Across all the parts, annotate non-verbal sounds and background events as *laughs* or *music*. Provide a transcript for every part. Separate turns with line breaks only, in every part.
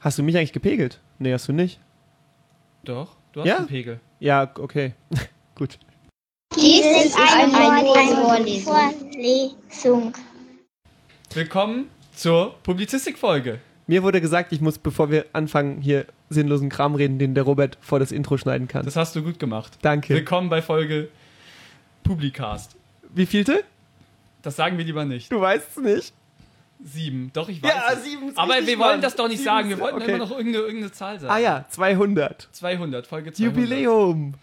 Hast du mich eigentlich gepegelt? Nee, hast du nicht.
Doch, du hast
Ja?
einen Pegel.
Ja, okay. *laughs* Gut.
Dies ist eine neue
Vorlesung.
Vorlesung.
Willkommen zur Publizistikfolge.
Mir wurde gesagt, ich muss, bevor wir anfangen, hier sinnlosen Kram reden, den der Robert vor das Intro schneiden kann.
Das hast du gut gemacht.
Danke.
Willkommen bei Folge Publicast.
Wie vielte?
Das sagen wir lieber nicht.
Du weißt es nicht.
Sieben. Doch, ich weiß.
Ja,
es.
sieben ist
Aber
richtig,
wir wollen
Mann.
das doch nicht
Sieben
sagen.
ist-
Wir wollten
okay.
immer noch irgendeine, irgendeine Zahl sagen.
Ah ja, 200.
200, Folge 200.
Jubiläum.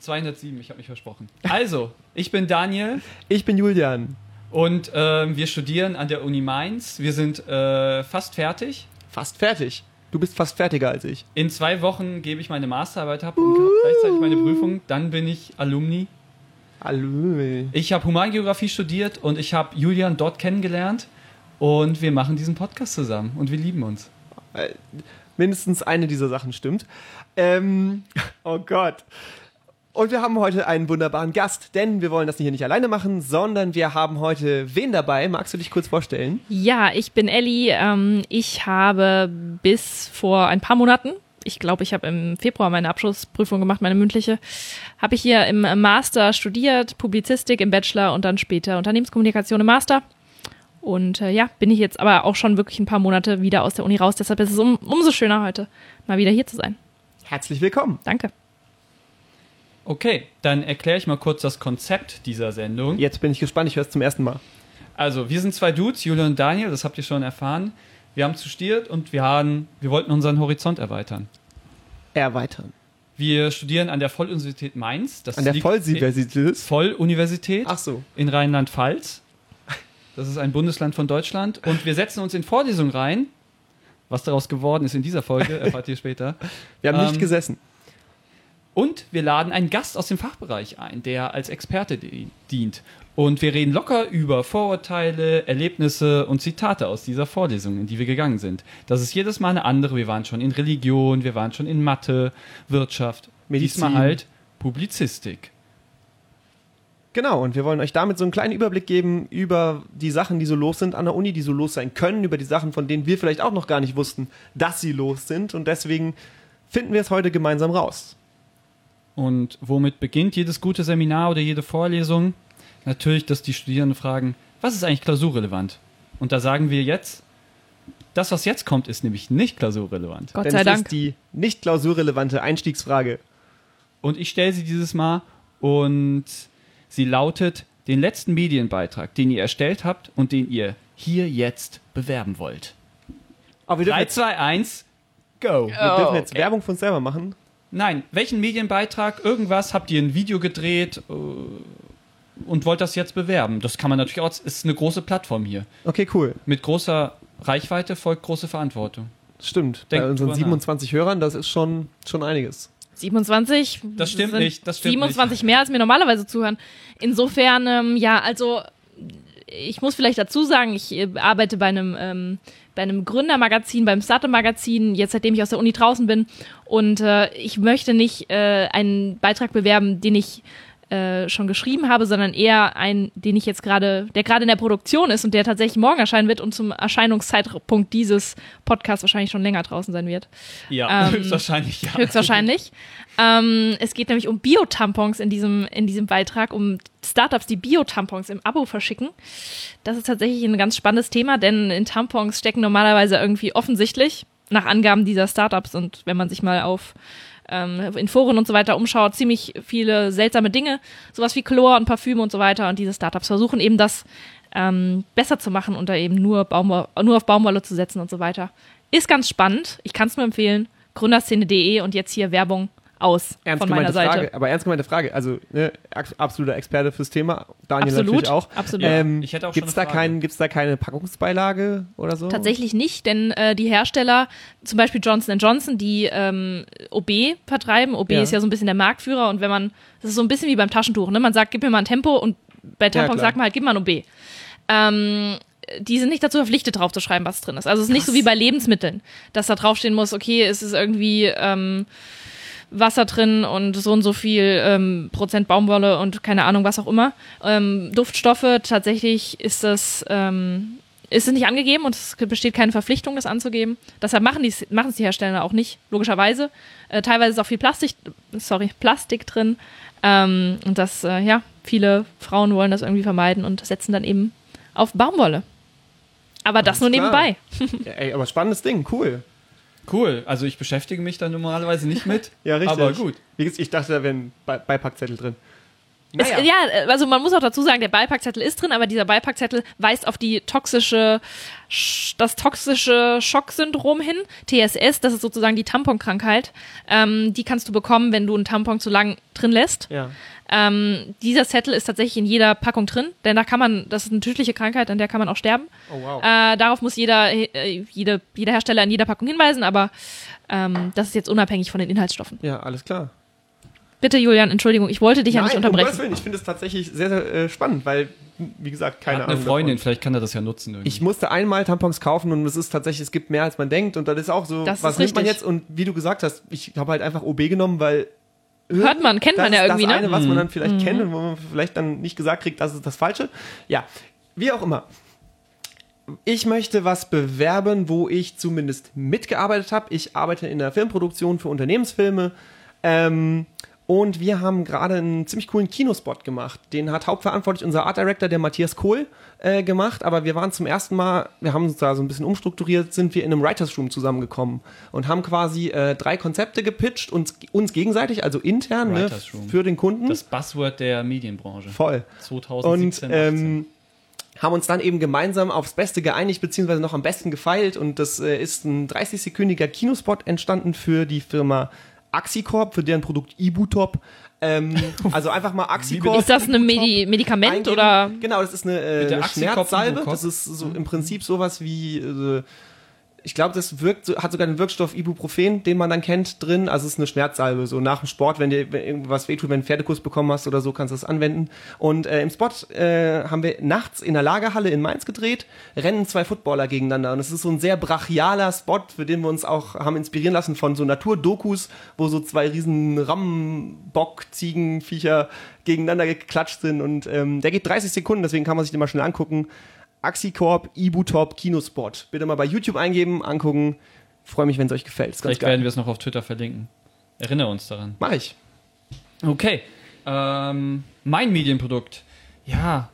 207, ich habe mich versprochen. Also, ich bin Daniel
Ich bin Julian.
und ähm, wir studieren an der Uni Mainz. Wir sind äh, fast fertig.
Fast fertig. Du bist fast fertiger als ich.
In zwei Wochen gebe ich meine Masterarbeit ab und gleichzeitig meine Prüfung. Dann bin ich Alumni.
Hallo.
Ich habe Humangeografie studiert und ich habe Julian dort kennengelernt. Und wir machen diesen Podcast zusammen und wir lieben uns.
Mindestens eine dieser Sachen stimmt. Ähm, *laughs* oh Gott. Und wir haben heute einen wunderbaren Gast, denn wir wollen das hier nicht alleine machen, sondern wir haben heute wen dabei? Magst du dich kurz vorstellen?
Ja, ich bin Elli. Ähm, ich habe bis vor ein paar Monaten, ich glaube, ich habe im Februar meine Abschlussprüfung gemacht, meine mündliche, habe ich hier im Master studiert, Publizistik im Bachelor und dann später Unternehmenskommunikation im Master. Und äh, ja, bin ich jetzt aber auch schon wirklich ein paar Monate wieder aus der Uni raus. Deshalb ist es um, umso schöner heute, mal wieder hier zu sein.
Herzlich willkommen.
Danke.
Okay, dann erkläre ich mal kurz das Konzept dieser Sendung.
Jetzt bin ich gespannt, ich höre es zum ersten Mal.
Also, wir sind zwei Dudes, Julian und Daniel, das habt ihr schon erfahren. Wir haben studiert und wir, haben, wir wollten unseren Horizont erweitern.
Erweitern.
Wir studieren an der Volluniversität Mainz. Das
An der
liegt-
Vollsiversität.
Volluniversität
Ach so.
in Rheinland-Pfalz. Das ist ein Bundesland von Deutschland. Und wir setzen uns in Vorlesungen rein. Was daraus geworden ist in dieser Folge, erfahrt ihr später.
Wir haben
Ähm,
nicht gesessen.
Und wir laden einen Gast aus dem Fachbereich ein, der als Experte di- dient. Und wir reden locker über Vorurteile, Erlebnisse und Zitate aus dieser Vorlesung, in die wir gegangen sind. Das ist jedes Mal eine andere. Wir waren schon in Religion, wir waren schon in Mathe, Wirtschaft.
Medizin.
Diesmal halt Publizistik.
Genau, und wir wollen euch damit so einen kleinen Überblick geben über die Sachen, die so los sind an der Uni, die so los sein können, über die Sachen, von denen wir vielleicht auch noch gar nicht wussten, dass sie los sind. Und deswegen finden wir es heute gemeinsam raus.
Und womit beginnt jedes gute Seminar oder jede Vorlesung? Natürlich, dass die Studierenden fragen, was ist eigentlich klausurrelevant? Und da sagen wir jetzt, das, was jetzt kommt, ist nämlich nicht klausurrelevant.
Gott
Denn
sei
es
Dank.
ist die nicht klausurrelevante Einstiegsfrage.
Und ich stelle sie dieses Mal und sie lautet den letzten Medienbeitrag, den ihr erstellt habt und den ihr hier jetzt bewerben wollt.
Aber Oh, wir
3,
dürfen,
2, 1, go!
wir dürfen
Oh,
jetzt Werbung von uns selber machen.
Nein, welchen Medienbeitrag, irgendwas, habt ihr ein Video gedreht äh, und wollt das jetzt bewerben? Das kann man natürlich auch, es ist eine große Plattform hier.
Okay, cool.
Mit großer Reichweite folgt große Verantwortung.
Stimmt.
Denkt
Bei
drüber
unseren
nach.
27 Hörern, das ist schon, schon einiges.
27.
Das stimmt
sind
nicht, das stimmt
27 mehr, als mir normalerweise zuhören. Insofern, ähm, ja, also ich muss vielleicht dazu sagen, ich äh, arbeite bei einem, ähm, bei einem Gründermagazin, beim Startup-Magazin, jetzt seitdem ich aus der Uni draußen bin. Und äh, ich möchte nicht äh, einen Beitrag bewerben, den ich äh, schon geschrieben habe, sondern eher einen, den ich jetzt gerade, der gerade in der Produktion ist und der tatsächlich morgen erscheinen wird und zum Erscheinungszeitpunkt dieses Podcasts wahrscheinlich schon länger draußen sein wird.
Ja, *laughs*
Ähm,
höchstwahrscheinlich ja.
Höchstwahrscheinlich. ähm, es geht nämlich um Bio-Tampons in diesem, in diesem Beitrag, um Startups, die Bio-Tampons im Abo verschicken. Das ist tatsächlich ein ganz spannendes Thema, denn in Tampons stecken normalerweise irgendwie offensichtlich, nach Angaben dieser Startups und wenn man sich mal auf ähm, in Foren und so weiter umschaut, ziemlich viele seltsame Dinge, sowas wie Chlor und Parfüme und so weiter. Und diese Startups versuchen eben das ähm, besser zu machen und da eben nur, Baumwolle, nur auf Baumwolle zu setzen und so weiter. Ist ganz spannend. Ich kann es nur empfehlen. Gründerszene.de und jetzt hier Werbung aus
Ernst
von meiner
gemeinte
Seite.
Frage. Aber ernst gemeinte Frage. Also, ne, ak- absoluter Experte fürs Thema. Daniel
Absolut,
natürlich auch.
absolut.
Ähm,
Ich hätte auch schon
gibt's
eine
da
Frage.
keinen, gibt's da keine Packungsbeilage oder so?
Tatsächlich nicht, denn äh, die Hersteller, zum Beispiel Johnson Johnson, die ähm, OB vertreiben. OB
Ja.
ist ja so ein bisschen der Marktführer und wenn man, das ist so ein bisschen wie beim Taschentuch, ne? Man sagt, gib mir mal ein Tempo und bei Tampons
klar.
sagt man halt, gib mal ein OB. Ähm, die sind nicht dazu verpflichtet, draufzuschreiben, was drin ist. Also es ist nicht so wie bei Lebensmitteln, dass da draufstehen muss, okay, es ist irgendwie ähm, Wasser drin und so und so viel ähm, Prozent Baumwolle und keine Ahnung, was auch immer. Ähm, Duftstoffe, tatsächlich ist das ähm, ist es nicht angegeben und es besteht keine Verpflichtung, das anzugeben. Deshalb machen die machen es die Hersteller auch nicht, logischerweise. Äh, teilweise ist auch viel Plastik, sorry, Plastik drin. Ähm, und das, äh, ja, viele Frauen wollen das irgendwie vermeiden und setzen dann eben auf Baumwolle. Aber das
Alles
nur
klar.
nebenbei.
Ja, ey, aber spannendes Ding, cool.
Cool. Also ich beschäftige mich da normalerweise nicht mit.
Ja, richtig.
Aber gut.
Wie gesagt, Ich dachte, da wäre ein Be Beipackzettel drin. Ah
Es, ja, also man muss auch dazu sagen, der Beipackzettel ist drin, aber dieser Beipackzettel weist auf die toxische, Sch- das toxische Schocksyndrom hin. TSS, das ist sozusagen die Tamponkrankheit. Ähm, die kannst du bekommen, wenn du einen Tampon zu lang drin lässt.
Ja.
Ähm, dieser Zettel ist tatsächlich in jeder Packung drin, denn da kann man, das ist eine tödliche Krankheit, an der kann man auch sterben.
Oh, wow.
Äh, darauf muss jeder, äh, jede, jeder Hersteller in jeder Packung hinweisen, aber ähm, das ist jetzt unabhängig von den Inhaltsstoffen.
Ja, alles klar.
Bitte, Julian, Entschuldigung, ich wollte dich ja nicht
um Gottes
unterbrechen.
Willen, ich finde es tatsächlich sehr, sehr äh, spannend, weil, wie gesagt, keine
Hat
Ahnung.
eine Freundin,
Davon.
vielleicht kann er das ja nutzen irgendwie.
Ich musste einmal Tampons kaufen und es ist tatsächlich, es gibt mehr als man denkt und das ist auch so,
Das
was
ist
nimmt man
richtig.
jetzt und wie du gesagt hast, ich habe halt einfach OB genommen, weil äh,
Hört man, kennt
das
man ja
ist
irgendwie,
das
ne?
eine, was man dann vielleicht kennt und wo man vielleicht dann nicht gesagt kriegt, das ist das Falsche. Ja, wie auch immer. Ich möchte was bewerben, wo ich zumindest mitgearbeitet habe. Ich arbeite in der Filmproduktion für Unternehmensfilme. Ähm, und wir haben gerade einen ziemlich coolen Kinospot gemacht. Den hat hauptverantwortlich unser Art Director, der Matthias Kohl, äh, gemacht. Aber wir waren zum ersten Mal, wir haben uns da so ein bisschen umstrukturiert, sind wir in einem Writers Room zusammengekommen und haben quasi äh, drei Konzepte gepitcht, uns, uns gegenseitig, also intern ne,
Writers Room.
für den Kunden.
das Buzzword der Medienbranche.
Voll.
2017.
und ähm, haben uns dann eben gemeinsam aufs Beste geeinigt, beziehungsweise noch am besten gefeilt. Und das äh, ist ein 30-sekündiger Kinospot entstanden für die Firma Axicorp, für deren Produkt Ibutop.
*laughs*
Ähm, also einfach mal Axicorp.
Ist das ein Medi Medikament
eingeben.
oder?
Genau, das ist eine,
Mit
äh,
der Mhm.
eine
Axikop
Schmerzsalbe.
Ibukop.
Das ist so im Prinzip sowas wie. Äh, ich glaube, das wirkt, so- hat sogar den Wirkstoff Ibuprofen, den man dann kennt, drin. Also es ist eine Schmerzsalbe. So nach dem Sport, wenn dir wenn irgendwas wehtut, wenn du einen Pferdekuss bekommen hast oder so, kannst du das anwenden. Und äh, im Spot äh, haben wir nachts in der Lagerhalle in Mainz gedreht, rennen zwei Footballer gegeneinander. Und es ist so ein sehr brachialer Spot, für den wir uns auch haben inspirieren lassen von so Naturdokus, wo so zwei riesen Rammen, Bock, Ziegen, Viecher gegeneinander geklatscht sind. Und ähm, der geht 30 Sekunden, deswegen kann man sich den mal schnell angucken. Axicorp, Ibutop, Kinospot. Bitte mal bei YouTube eingeben, angucken. Freue mich, wenn es euch gefällt. Ist ganz
vielleicht
geil.
werden wir es noch auf Twitter verlinken. Erinnere uns daran.
Mach ich.
Okay. Ähm, mein Medienprodukt. Ja.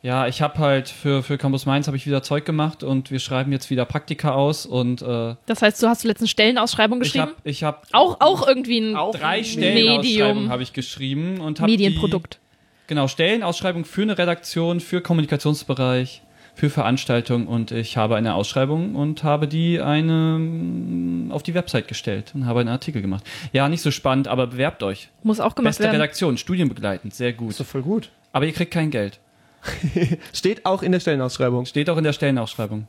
Ja, ich habe halt für, für Campus Mainz habe ich wieder Zeug gemacht und wir schreiben jetzt wieder Praktika aus und äh,
Das heißt, du hast du letzten Stellenausschreibung
ich
geschrieben?
habe ich hab
auch, auch irgendwie ein
Auch
drei
ein
Stellenausschreibungen
Medium.
habe ich geschrieben und habe
Medienprodukt.
Die, genau, Stellenausschreibung für eine Redaktion, für Kommunikationsbereich, für Veranstaltungen und ich habe eine Ausschreibung und habe die eine mm, auf die Website gestellt und habe einen Artikel gemacht. Ja, nicht so spannend, aber bewerbt euch.
Muss auch gemacht
Beste
werden.
Redaktion, studienbegleitend, sehr gut.
Ist doch voll gut.
Aber ihr kriegt kein Geld.
*laughs* Steht auch in der Stellenausschreibung.
Steht auch in der Stellenausschreibung.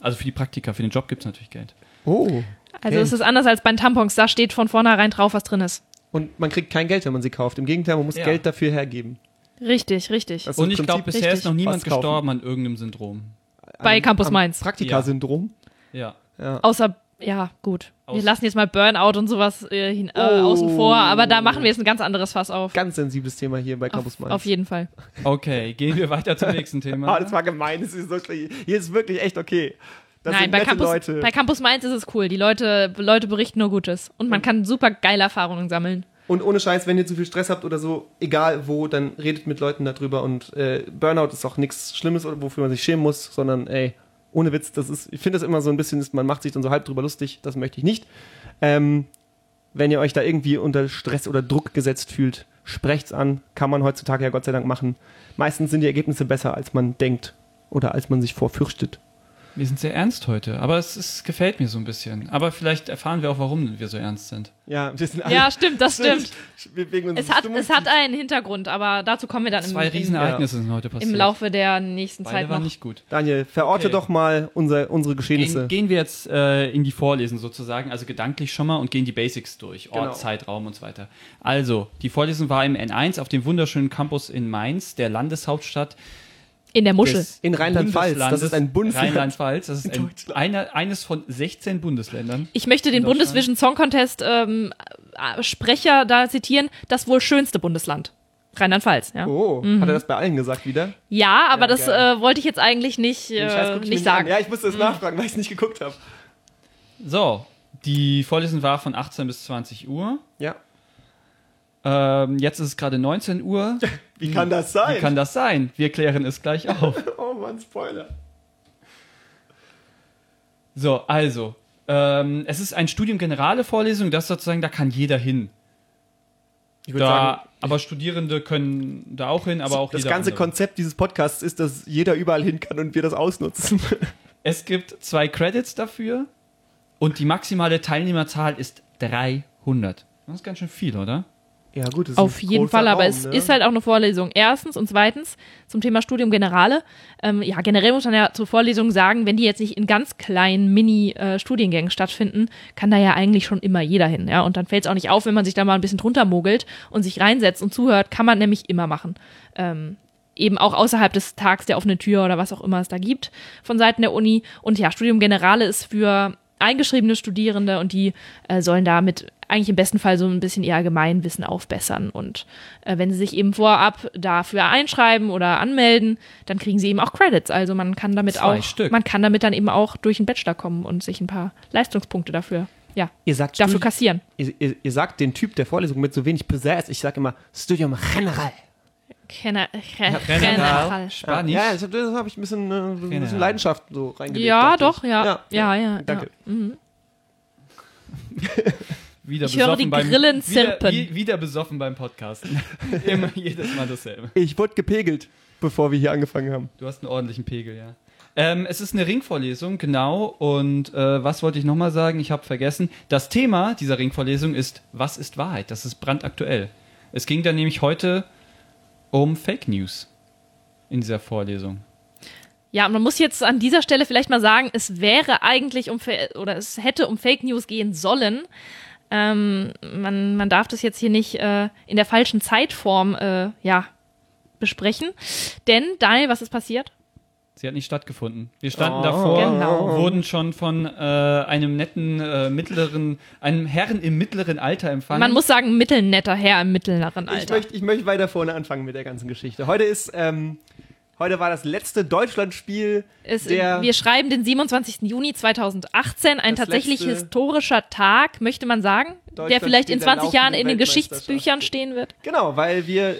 Also für die Praktika, für den Job gibt es natürlich Geld.
Oh.
Also es ist anders als bei den Tampons. Da steht von vornherein drauf, was drin ist.
Und man kriegt kein Geld, wenn man sie kauft. Im Gegenteil, man muss
Ja.
Geld dafür hergeben.
Richtig, richtig.
Das ist
Und
im
ich
Prinzip
glaube, bisher
richtig
ist noch niemand
was kaufen.
gestorben an irgendeinem Syndrom.
Bei
am-
Campus
am
Mainz.
Praktika-Syndrom.
Ja.
Außer, ja, gut. Wir
Aus-
lassen jetzt mal Burnout und sowas äh, hin, äh,
Oh.
außen vor, aber da machen wir jetzt ein ganz anderes Fass auf.
Ganz sensibles Thema hier bei Campus
Auf,
Mainz.
auf jeden Fall.
Okay, gehen wir
*laughs*
weiter zum nächsten Thema.
Oh, das war gemein. Das ist so schlecht. Hier ist wirklich echt okay. Das
Nein,
sind
bei
nette
Campus,
Leute.
bei Campus Mainz ist es cool. Die Leute, Leute berichten nur Gutes. Und man kann super geile Erfahrungen sammeln.
Und ohne Scheiß, wenn ihr zu viel Stress habt oder so, egal wo, dann redet mit Leuten darüber. Und äh, Burnout ist auch nichts Schlimmes, oder wofür man sich schämen muss, sondern ey, ohne Witz, das ist, ich finde das immer so ein bisschen, man macht sich dann so halb drüber lustig, das möchte ich nicht. Ähm, wenn ihr euch da irgendwie unter Stress oder Druck gesetzt fühlt, sprecht's an, kann man heutzutage ja Gott sei Dank machen. Meistens sind die Ergebnisse besser, als man denkt oder als man sich vorfürchtet.
Wir sind sehr ernst heute, aber es, es gefällt mir so ein bisschen. Aber vielleicht erfahren wir auch, warum wir so ernst sind.
Ja, wir sind
Ja,
*laughs*
stimmt, das stimmt.
Wegen unserer
Es hat,
Stimmung-
es hat einen Hintergrund, aber dazu kommen wir dann
Zwei
im, im,
Riesenereignisse sind heute passiert.
Ähm, im Laufe der nächsten
Beide
Zeit noch.
waren nicht gut.
Daniel, verorte
Okay.
doch mal unser, unsere Geschehnisse.
Gehen, gehen wir jetzt äh, in die Vorlesen sozusagen, also gedanklich schon mal und gehen die Basics durch. Ort,
Genau.
Zeit, Raum und so weiter. Also, die Vorlesung war im N1 auf dem wunderschönen Campus in Mainz, der Landeshauptstadt
In der Muschel.
des
In Rheinland-Pfalz.
Bundeslandes-
Das ist ein Bundesland.
Rheinland-Pfalz, das ist ein, einer, eines von 16 Bundesländern.
Ich möchte den
Deutschland.
Bundesvision Song Contest ähm, äh, Sprecher da zitieren, das wohl schönste Bundesland. Rheinland-Pfalz, ja.
Oh,
Mhm.
hat er das bei allen gesagt wieder?
Ja, aber
Ja,
das
geil.
äh, wollte ich jetzt eigentlich nicht,
Den Scheiß
äh,
guck ich mir
nicht
an.
sagen. Mhm.
Ja, ich musste es nachfragen, weil ich es nicht geguckt habe.
So, die Vorlesung war von 18 bis 20 Uhr.
Ja.
Ähm, jetzt ist es gerade
*laughs*
19 Uhr.
Wie kann das sein?
Mhm. Wie kann das sein? Wir klären es
*laughs*
gleich auf.
oh Mann, Spoiler.
So, also, ähm, es ist ein Studium Generale Vorlesung, das sozusagen, da kann jeder hin.
Ich würde
Da,
sagen,
aber Studierende können da auch hin, aber auch
das
jeder
ganze
andere.
Konzept dieses Podcasts ist, dass jeder überall hin kann und wir das ausnutzen. *laughs*
Es gibt zwei Credits dafür und die maximale Teilnehmerzahl ist 300. Das ist ganz schön viel, oder?
ja, gut, das ist
Auf
ein
jeden
großer
Fall, aber
Raum,
es
ne?
ist halt auch eine Vorlesung. Erstens und zweitens zum Thema Studium Generale. Ähm, ja, generell muss man ja zur Vorlesung sagen, wenn die jetzt nicht in ganz kleinen Mini-Studiengängen stattfinden, kann da ja eigentlich schon immer jeder hin. Ja? Und dann fällt es auch nicht auf, wenn man sich da mal ein bisschen drunter mogelt und sich reinsetzt und zuhört, kann man nämlich immer machen. Ähm, eben auch außerhalb des Tags der offenen Tür oder was auch immer es da gibt von Seiten der Uni. Und ja, Studium Generale ist für eingeschriebene Studierende und die äh, sollen damit eigentlich im besten Fall so ein bisschen ihr Allgemeinwissen aufbessern. Und äh, wenn sie sich eben vorab dafür einschreiben oder anmelden, dann kriegen sie eben auch Credits. Also man kann damit
Zwei
auch,
Stück.
man kann damit dann eben auch durch den Bachelor kommen und sich ein paar Leistungspunkte dafür, ja,
Ihr sagt,
dafür
Studi-
kassieren.
ihr, ihr, ihr sagt den Typ der Vorlesung mit so wenig Possess. Ich sage immer Studium General.
Kenner,
General.
Ja,
Spanisch.
ja also das habe hab ich ein bisschen, äh, ein bisschen
General.
Leidenschaft so reingelegt.
Ja,
dachte ich.
doch, ja. Ja, ja. ja,
Danke.
Wieder
Ich höre
besoffen
die
beim,
Grillen
wieder,
zirpen.
wie- wieder besoffen beim Podcast. *laughs* Immer jedes Mal dasselbe.
Ich wurde gepegelt, bevor wir hier angefangen haben.
Du hast einen ordentlichen Pegel, ja. Ähm, es ist eine Ringvorlesung, genau. Und äh, was wollte ich nochmal sagen? Ich habe vergessen. Das Thema dieser Ringvorlesung ist, was ist Wahrheit? Das ist brandaktuell. Es ging dann nämlich heute um Fake News in dieser Vorlesung.
Ja, und man muss jetzt an dieser Stelle vielleicht mal sagen, es wäre eigentlich um Fa- oder es hätte um Fake News gehen sollen. Ähm, man, man darf das jetzt hier nicht äh, in der falschen Zeitform äh, ja, besprechen. Denn, Daniel, was ist passiert?
Sie hat nicht stattgefunden. Wir standen
Oh.
davor,
Genau.
wurden schon von äh, einem netten äh, mittleren, einem Herrn im mittleren Alter empfangen.
Man muss sagen, mittelnetter Herr im mittleren
Ich
Alter.
möchte, ich möchte weiter vorne anfangen mit der ganzen Geschichte. Heute ist, ähm, heute war das letzte Deutschlandspiel
Es,
der.
wir schreiben den 27. Juni 2018, ein
Das
tatsächlich
letzte
historischer Tag, möchte man sagen, der
Deutschland
vielleicht in
spielt der
20 Jahren in
laufenden
den Geschichtsbüchern stehen wird.
genau, weil wir äh,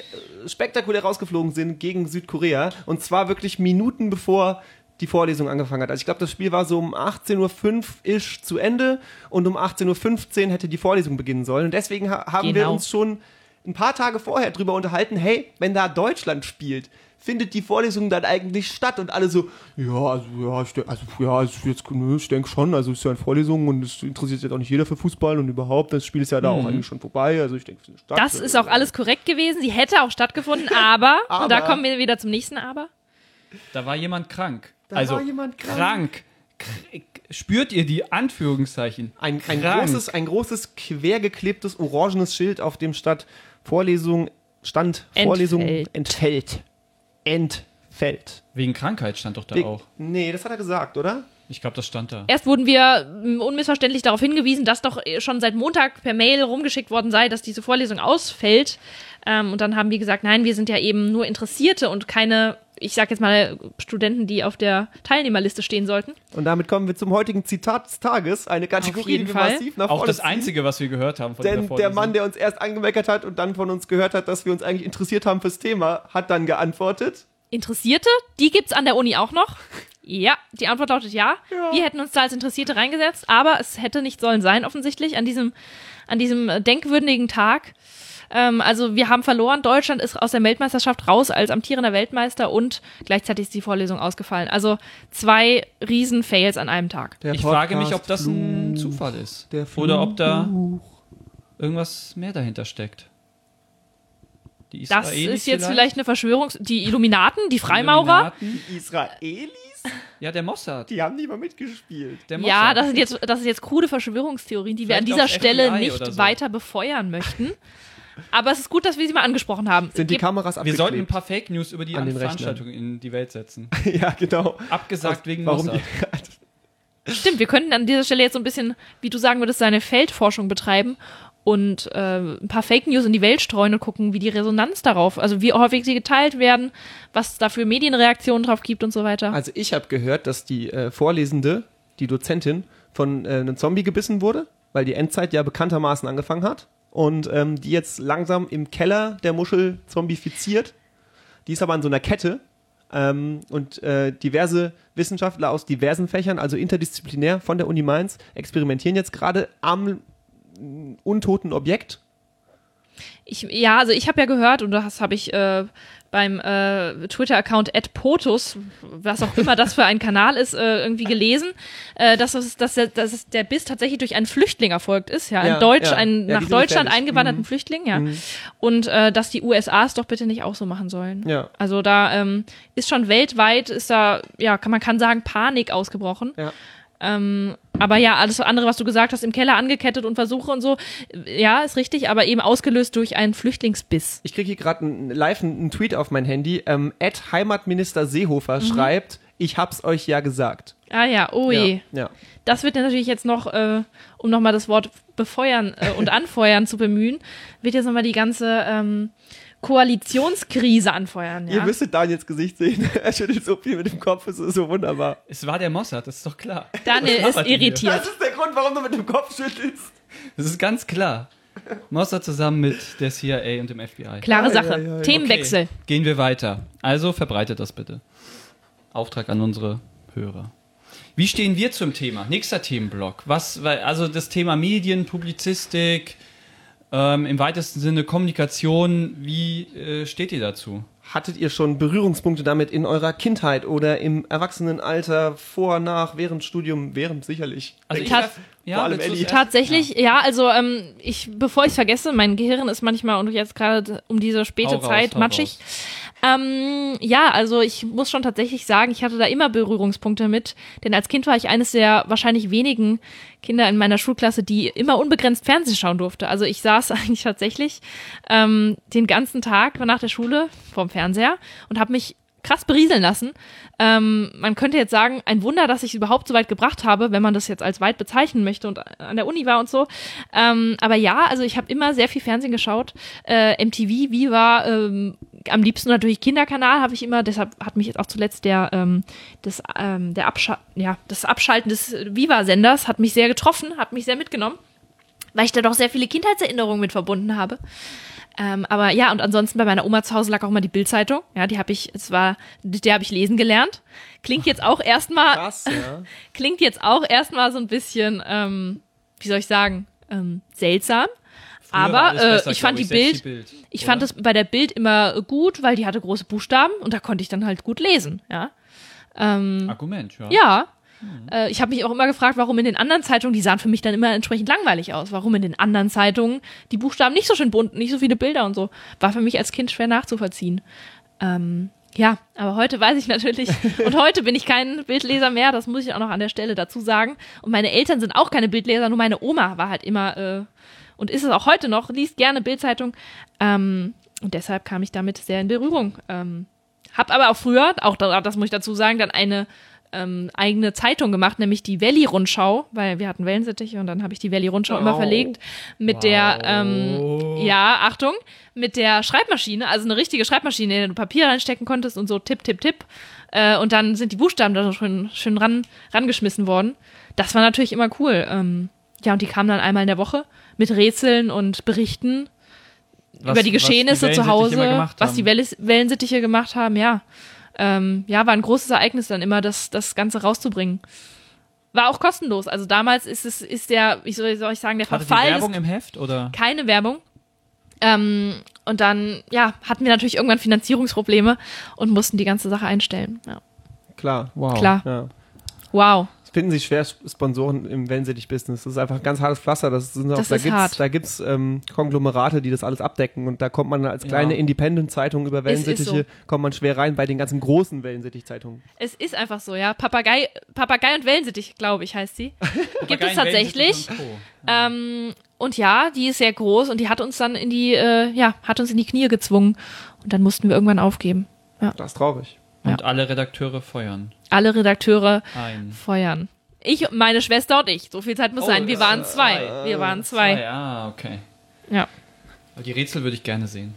spektakulär rausgeflogen sind gegen Südkorea. Und zwar wirklich Minuten bevor die Vorlesung angefangen hat. Also ich glaube, das Spiel war so um 18.05-isch zu Ende und um 18.15 Uhr hätte die Vorlesung beginnen sollen. Und deswegen ha haben wir
Genau.
uns schon ein paar Tage vorher drüber unterhalten, hey, wenn da Deutschland spielt, findet die Vorlesung dann eigentlich statt? Und alle so, ja, also, ja, ich, denk- also, ja, es ist jetzt, nö, ich denke schon, also es ist ja eine Vorlesung und es interessiert jetzt auch nicht jeder für Fußball und überhaupt, das Spiel ist ja da auch eigentlich schon vorbei, also ich denke, es findet statt.
Mhm. Das ist auch alles korrekt gewesen. Sie hätte auch stattgefunden, aber, und da
Aber.
kommen wir wieder zum nächsten Aber.
Da war jemand krank.
Da
also
war jemand krank.
krank. Kr- Spürt ihr die Anführungszeichen?
Ein, ein,
Krank.
großes, ein großes, quergeklebtes, orangenes Schild, auf dem statt Vorlesung, stand Vorlesung
Entfällt.
entfällt. Entfällt.
Wegen Krankheit stand doch da
Wegen-
auch.
Nee, das hat er gesagt, oder?
Ich glaube, das stand da.
Erst wurden wir mm, unmissverständlich darauf hingewiesen, dass doch eh schon seit Montag per Mail rumgeschickt worden sei, dass diese Vorlesung ausfällt. Ähm, und dann haben wir gesagt, nein, wir sind ja eben nur Interessierte und keine, ich sag jetzt mal, Studenten, die auf der Teilnehmerliste stehen sollten.
Und damit kommen wir zum heutigen Zitat des Tages. Eine Kategorie,
jeden
die wir
Fall.
massiv nach vorne
Auch das
ziehen.
Einzige, was wir gehört haben von
Denn
dieser
der
Vorlesung.
Mann, der uns erst angemeckert hat und dann von uns gehört hat, dass wir uns eigentlich interessiert haben fürs Thema, hat dann geantwortet.
Interessierte, die gibt's an der Uni auch noch. Ja, die Antwort lautet ja. Wir hätten uns da als Interessierte reingesetzt, aber es hätte nicht sollen sein, offensichtlich, an diesem, an diesem äh, denkwürdigen Tag. Ähm, also wir haben verloren, Deutschland ist aus der Weltmeisterschaft raus als amtierender Weltmeister und gleichzeitig ist die Vorlesung ausgefallen. Also zwei Riesen-Fails an einem Tag.
Der
ich frage mich, ob
Podcast
das ein
Fluch.
Zufall ist.
Der
Oder ob da
Fluch.
irgendwas mehr dahinter steckt. Die
Das
Israelis
ist jetzt vielleicht eine Verschwörungs... Die Illuminaten, die Freimaurer.
Illuminaten?
Die Israelis?
Ja, der Mossad.
Die haben nicht mal mitgespielt.
Der Mossad.
Ja, das sind jetzt, das sind jetzt krude Verschwörungstheorien, die wir an
Vielleicht
dieser
aufs
Stelle
FBI
nicht
oder so.
weiter befeuern möchten. Aber es ist gut, dass wir sie mal angesprochen haben.
Sind die
Gibt-
Kameras
wir
abgeklebt?
sollten ein paar Fake News über die
An den
Veranstaltung in die
*laughs*
Welt setzen.
ja, genau.
Abgesagt wegen
Warum
Mossad.
Stimmt, wir könnten an dieser Stelle jetzt so ein bisschen, wie du sagen würdest, seine Feldforschung betreiben und äh, ein paar Fake News in die Welt streuen und gucken, wie die Resonanz darauf, also wie häufig sie geteilt werden, was da für Medienreaktionen drauf gibt und so weiter.
Also ich habe gehört, dass die äh, Vorlesende, die Dozentin, von äh, einem Zombie gebissen wurde, weil die Endzeit ja bekanntermaßen angefangen hat und ähm, die jetzt langsam im Keller der Muschel zombifiziert. Die ist aber an so einer Kette ähm, und äh, diverse Wissenschaftler aus diversen Fächern, also interdisziplinär von der Uni Mainz, experimentieren jetzt gerade am äh, untoten Objekt.
Ich, ja, also ich habe ja gehört, und das habe ich äh, beim äh, Twitter-Account @potus, was auch immer das für ein Kanal ist, äh, irgendwie gelesen, äh, dass, es, dass, der, dass es der Biss tatsächlich durch einen Flüchtling erfolgt ist, ja,
Ja,
ein Deutsch,
ja.
einen
Ja, die
nach
sind
Deutschland
gefährlich.
eingewanderten Flüchtling, ja,
Mhm.
und äh, dass die USA es doch bitte nicht auch so machen sollen.
Ja.
Also da ähm, ist schon weltweit ist da, ja, kann man kann sagen Panik ausgebrochen.
Ja.
Ähm, aber ja, alles andere, was du gesagt hast, im Keller angekettet und Versuche und so, ja, ist richtig, aber eben ausgelöst durch einen Flüchtlingsbiss.
Ich kriege hier gerade einen- live einen einen Tweet auf mein Handy. Ähm, Ed Heimatminister Seehofer schreibt, ich hab's euch ja gesagt.
Ah ja, oh je.
Ja, ja.
Das wird ja natürlich jetzt noch, äh, um nochmal das Wort befeuern äh,
*laughs*
und anfeuern zu bemühen, wird jetzt nochmal die ganze ähm, Koalitionskrise anfeuern. Ja?
Ihr müsstet Daniels Gesicht sehen. *laughs* Er schüttelt so viel mit dem Kopf, es ist so wunderbar.
Es war der Mossad, das ist doch klar.
Daniel
Was labert
ist
ihr hier?
irritiert.
Das ist der Grund, warum du mit dem Kopf schüttelst.
Das ist ganz klar. Mossad zusammen mit der CIA und dem FBI.
Klare Sache.
Ah, ja, ja, ja.
Themenwechsel.
Okay, gehen wir weiter. Also verbreitet das bitte. Auftrag an unsere Hörer. Wie stehen wir zum Thema? Nächster Themenblock. Was, weil- also das Thema Medien, Publizistik, ähm, im weitesten Sinne Kommunikation. Wie äh, steht ihr dazu?
Hattet ihr schon Berührungspunkte damit in eurer Kindheit oder im Erwachsenenalter, vor, nach, während Studium, während sicherlich?
Also
Tat-
werf- ja,
vor allem
willst du's
Ellie.
erst-
Tatsächlich, ja, also ähm, ich, bevor ich vergesse, mein Gehirn ist manchmal und jetzt gerade um diese
Hau
späte
raus,
Zeit
hau
matschig. Ähm, ja, also ich muss schon tatsächlich sagen, ich hatte da immer Berührungspunkte mit, denn als Kind war ich eines der wahrscheinlich wenigen Kinder in meiner Schulklasse, die immer unbegrenzt Fernsehen schauen durfte. Also ich saß *laughs* eigentlich tatsächlich ähm, den ganzen Tag nach der Schule vorm Fernseher und habe mich krass berieseln lassen. Ähm, man könnte jetzt sagen, ein Wunder, dass ich es überhaupt so weit gebracht habe, wenn man das jetzt als weit bezeichnen möchte und an der Uni war und so. Ähm, aber ja, also ich habe immer sehr viel Fernsehen geschaut. Äh, MTV, Viva, ähm, am liebsten natürlich Kinderkanal habe ich immer. Deshalb hat mich jetzt auch zuletzt der, ähm, das, ähm, der Abscha ja, das Abschalten des Viva-Senders hat mich sehr getroffen, hat mich sehr mitgenommen, weil ich da doch sehr viele Kindheitserinnerungen mit verbunden habe. Ähm, aber ja, und ansonsten bei meiner Oma zu Hause lag auch immer die Bildzeitung. Ja, die habe ich, es war, die, die habe ich lesen gelernt. Klingt jetzt auch erstmal,
Krass, ja.
klingt jetzt auch erstmal so ein bisschen, ähm, wie soll ich sagen, ähm, seltsam.
Früher war
aber
alles
äh,
besser,
ich fand die
glaub
Bild,
selbst Bild,
ich fand
oder?
das bei der Bild immer äh, gut, weil die hatte große Buchstaben und da konnte ich dann halt gut lesen. Ja, ähm,
Argument, ja.
ja. Äh, Ich habe mich auch immer gefragt, warum in den anderen Zeitungen, die sahen für mich dann immer entsprechend langweilig aus, warum in den anderen Zeitungen die Buchstaben nicht so schön bunt, nicht so viele Bilder und so. War für mich als Kind schwer nachzuvollziehen. Ähm, ja, aber heute weiß ich natürlich, und heute bin ich kein Bildleser mehr, das muss ich auch noch an der Stelle dazu sagen. Und meine Eltern sind auch keine Bildleser, nur meine Oma war halt immer äh, und ist es auch heute noch, liest gerne Bildzeitung. Ähm, und deshalb kam ich damit sehr in Berührung. Ähm, hab aber auch früher, auch da- das muss ich dazu sagen, dann eine ähm, eigene Zeitung gemacht, nämlich die Valley-Rundschau, weil wir hatten Wellensittich und dann habe ich die Valley-Rundschau immer
Wow.
verlegt mit der, ähm, ja, Achtung, mit der Schreibmaschine, also eine richtige Schreibmaschine, in der du Papier reinstecken konntest und so tipp, tipp, tipp. Äh, und dann sind die Buchstaben da so schön, schön ran, rangeschmissen worden. Das war natürlich immer cool. Ähm, ja, und die kamen dann einmal in der Woche mit Rätseln und Berichten
Was-
über die
was
Geschehnisse
Wellen
zu
sich
Hause,
immer gemacht
was
haben.
die Welles- Wellensittiche gemacht haben, ja. Ähm, ja, war ein großes Ereignis dann immer, das, das Ganze rauszubringen. War auch kostenlos. Also damals ist es, ist der, wie soll soll ich sagen, der
Hattet ihr
Verfall des
Werbung im Heft oder?
keine Werbung. Ähm, und dann, ja, hatten wir natürlich irgendwann Finanzierungsprobleme und mussten die ganze Sache einstellen. Ja.
Klar, wow.
Klar.
Ja.
Wow.
Es finden sich schwer Sp- Sponsoren im Wellensittich-Business. Das ist einfach ein ganz hartes Pflaster. Das sind auch,
Das
da
ist
gibt's,
hart.
Da gibt es ähm, Konglomerate, die das alles abdecken. Und da kommt man als kleine
Ja.
Independent-Zeitung über
Es ist
Wellensittiche,
so.
kommt man schwer rein bei den ganzen großen Wellensittich-Zeitungen.
Es ist einfach so, ja. Papagei, Papagei und Wellensittich, glaube ich,
*laughs*
heißt sie. Gibt es tatsächlich.
Wellen, Sittich und Co.
Ähm, und ja, die ist sehr groß und die hat uns dann in die, äh, ja, hat uns in die Knie gezwungen. Und dann mussten wir irgendwann aufgeben.
Das ist traurig.
Und alle Redakteure feuern
Alle Redakteure
ein.
feuern. Ich, meine Schwester und ich. So viel Zeit muss
Oh,
sein. Wir
das
waren
sind
zwei. Wir waren
Ah,
zwei.
ja, okay.
Ja.
Aber die Rätsel würde ich gerne sehen.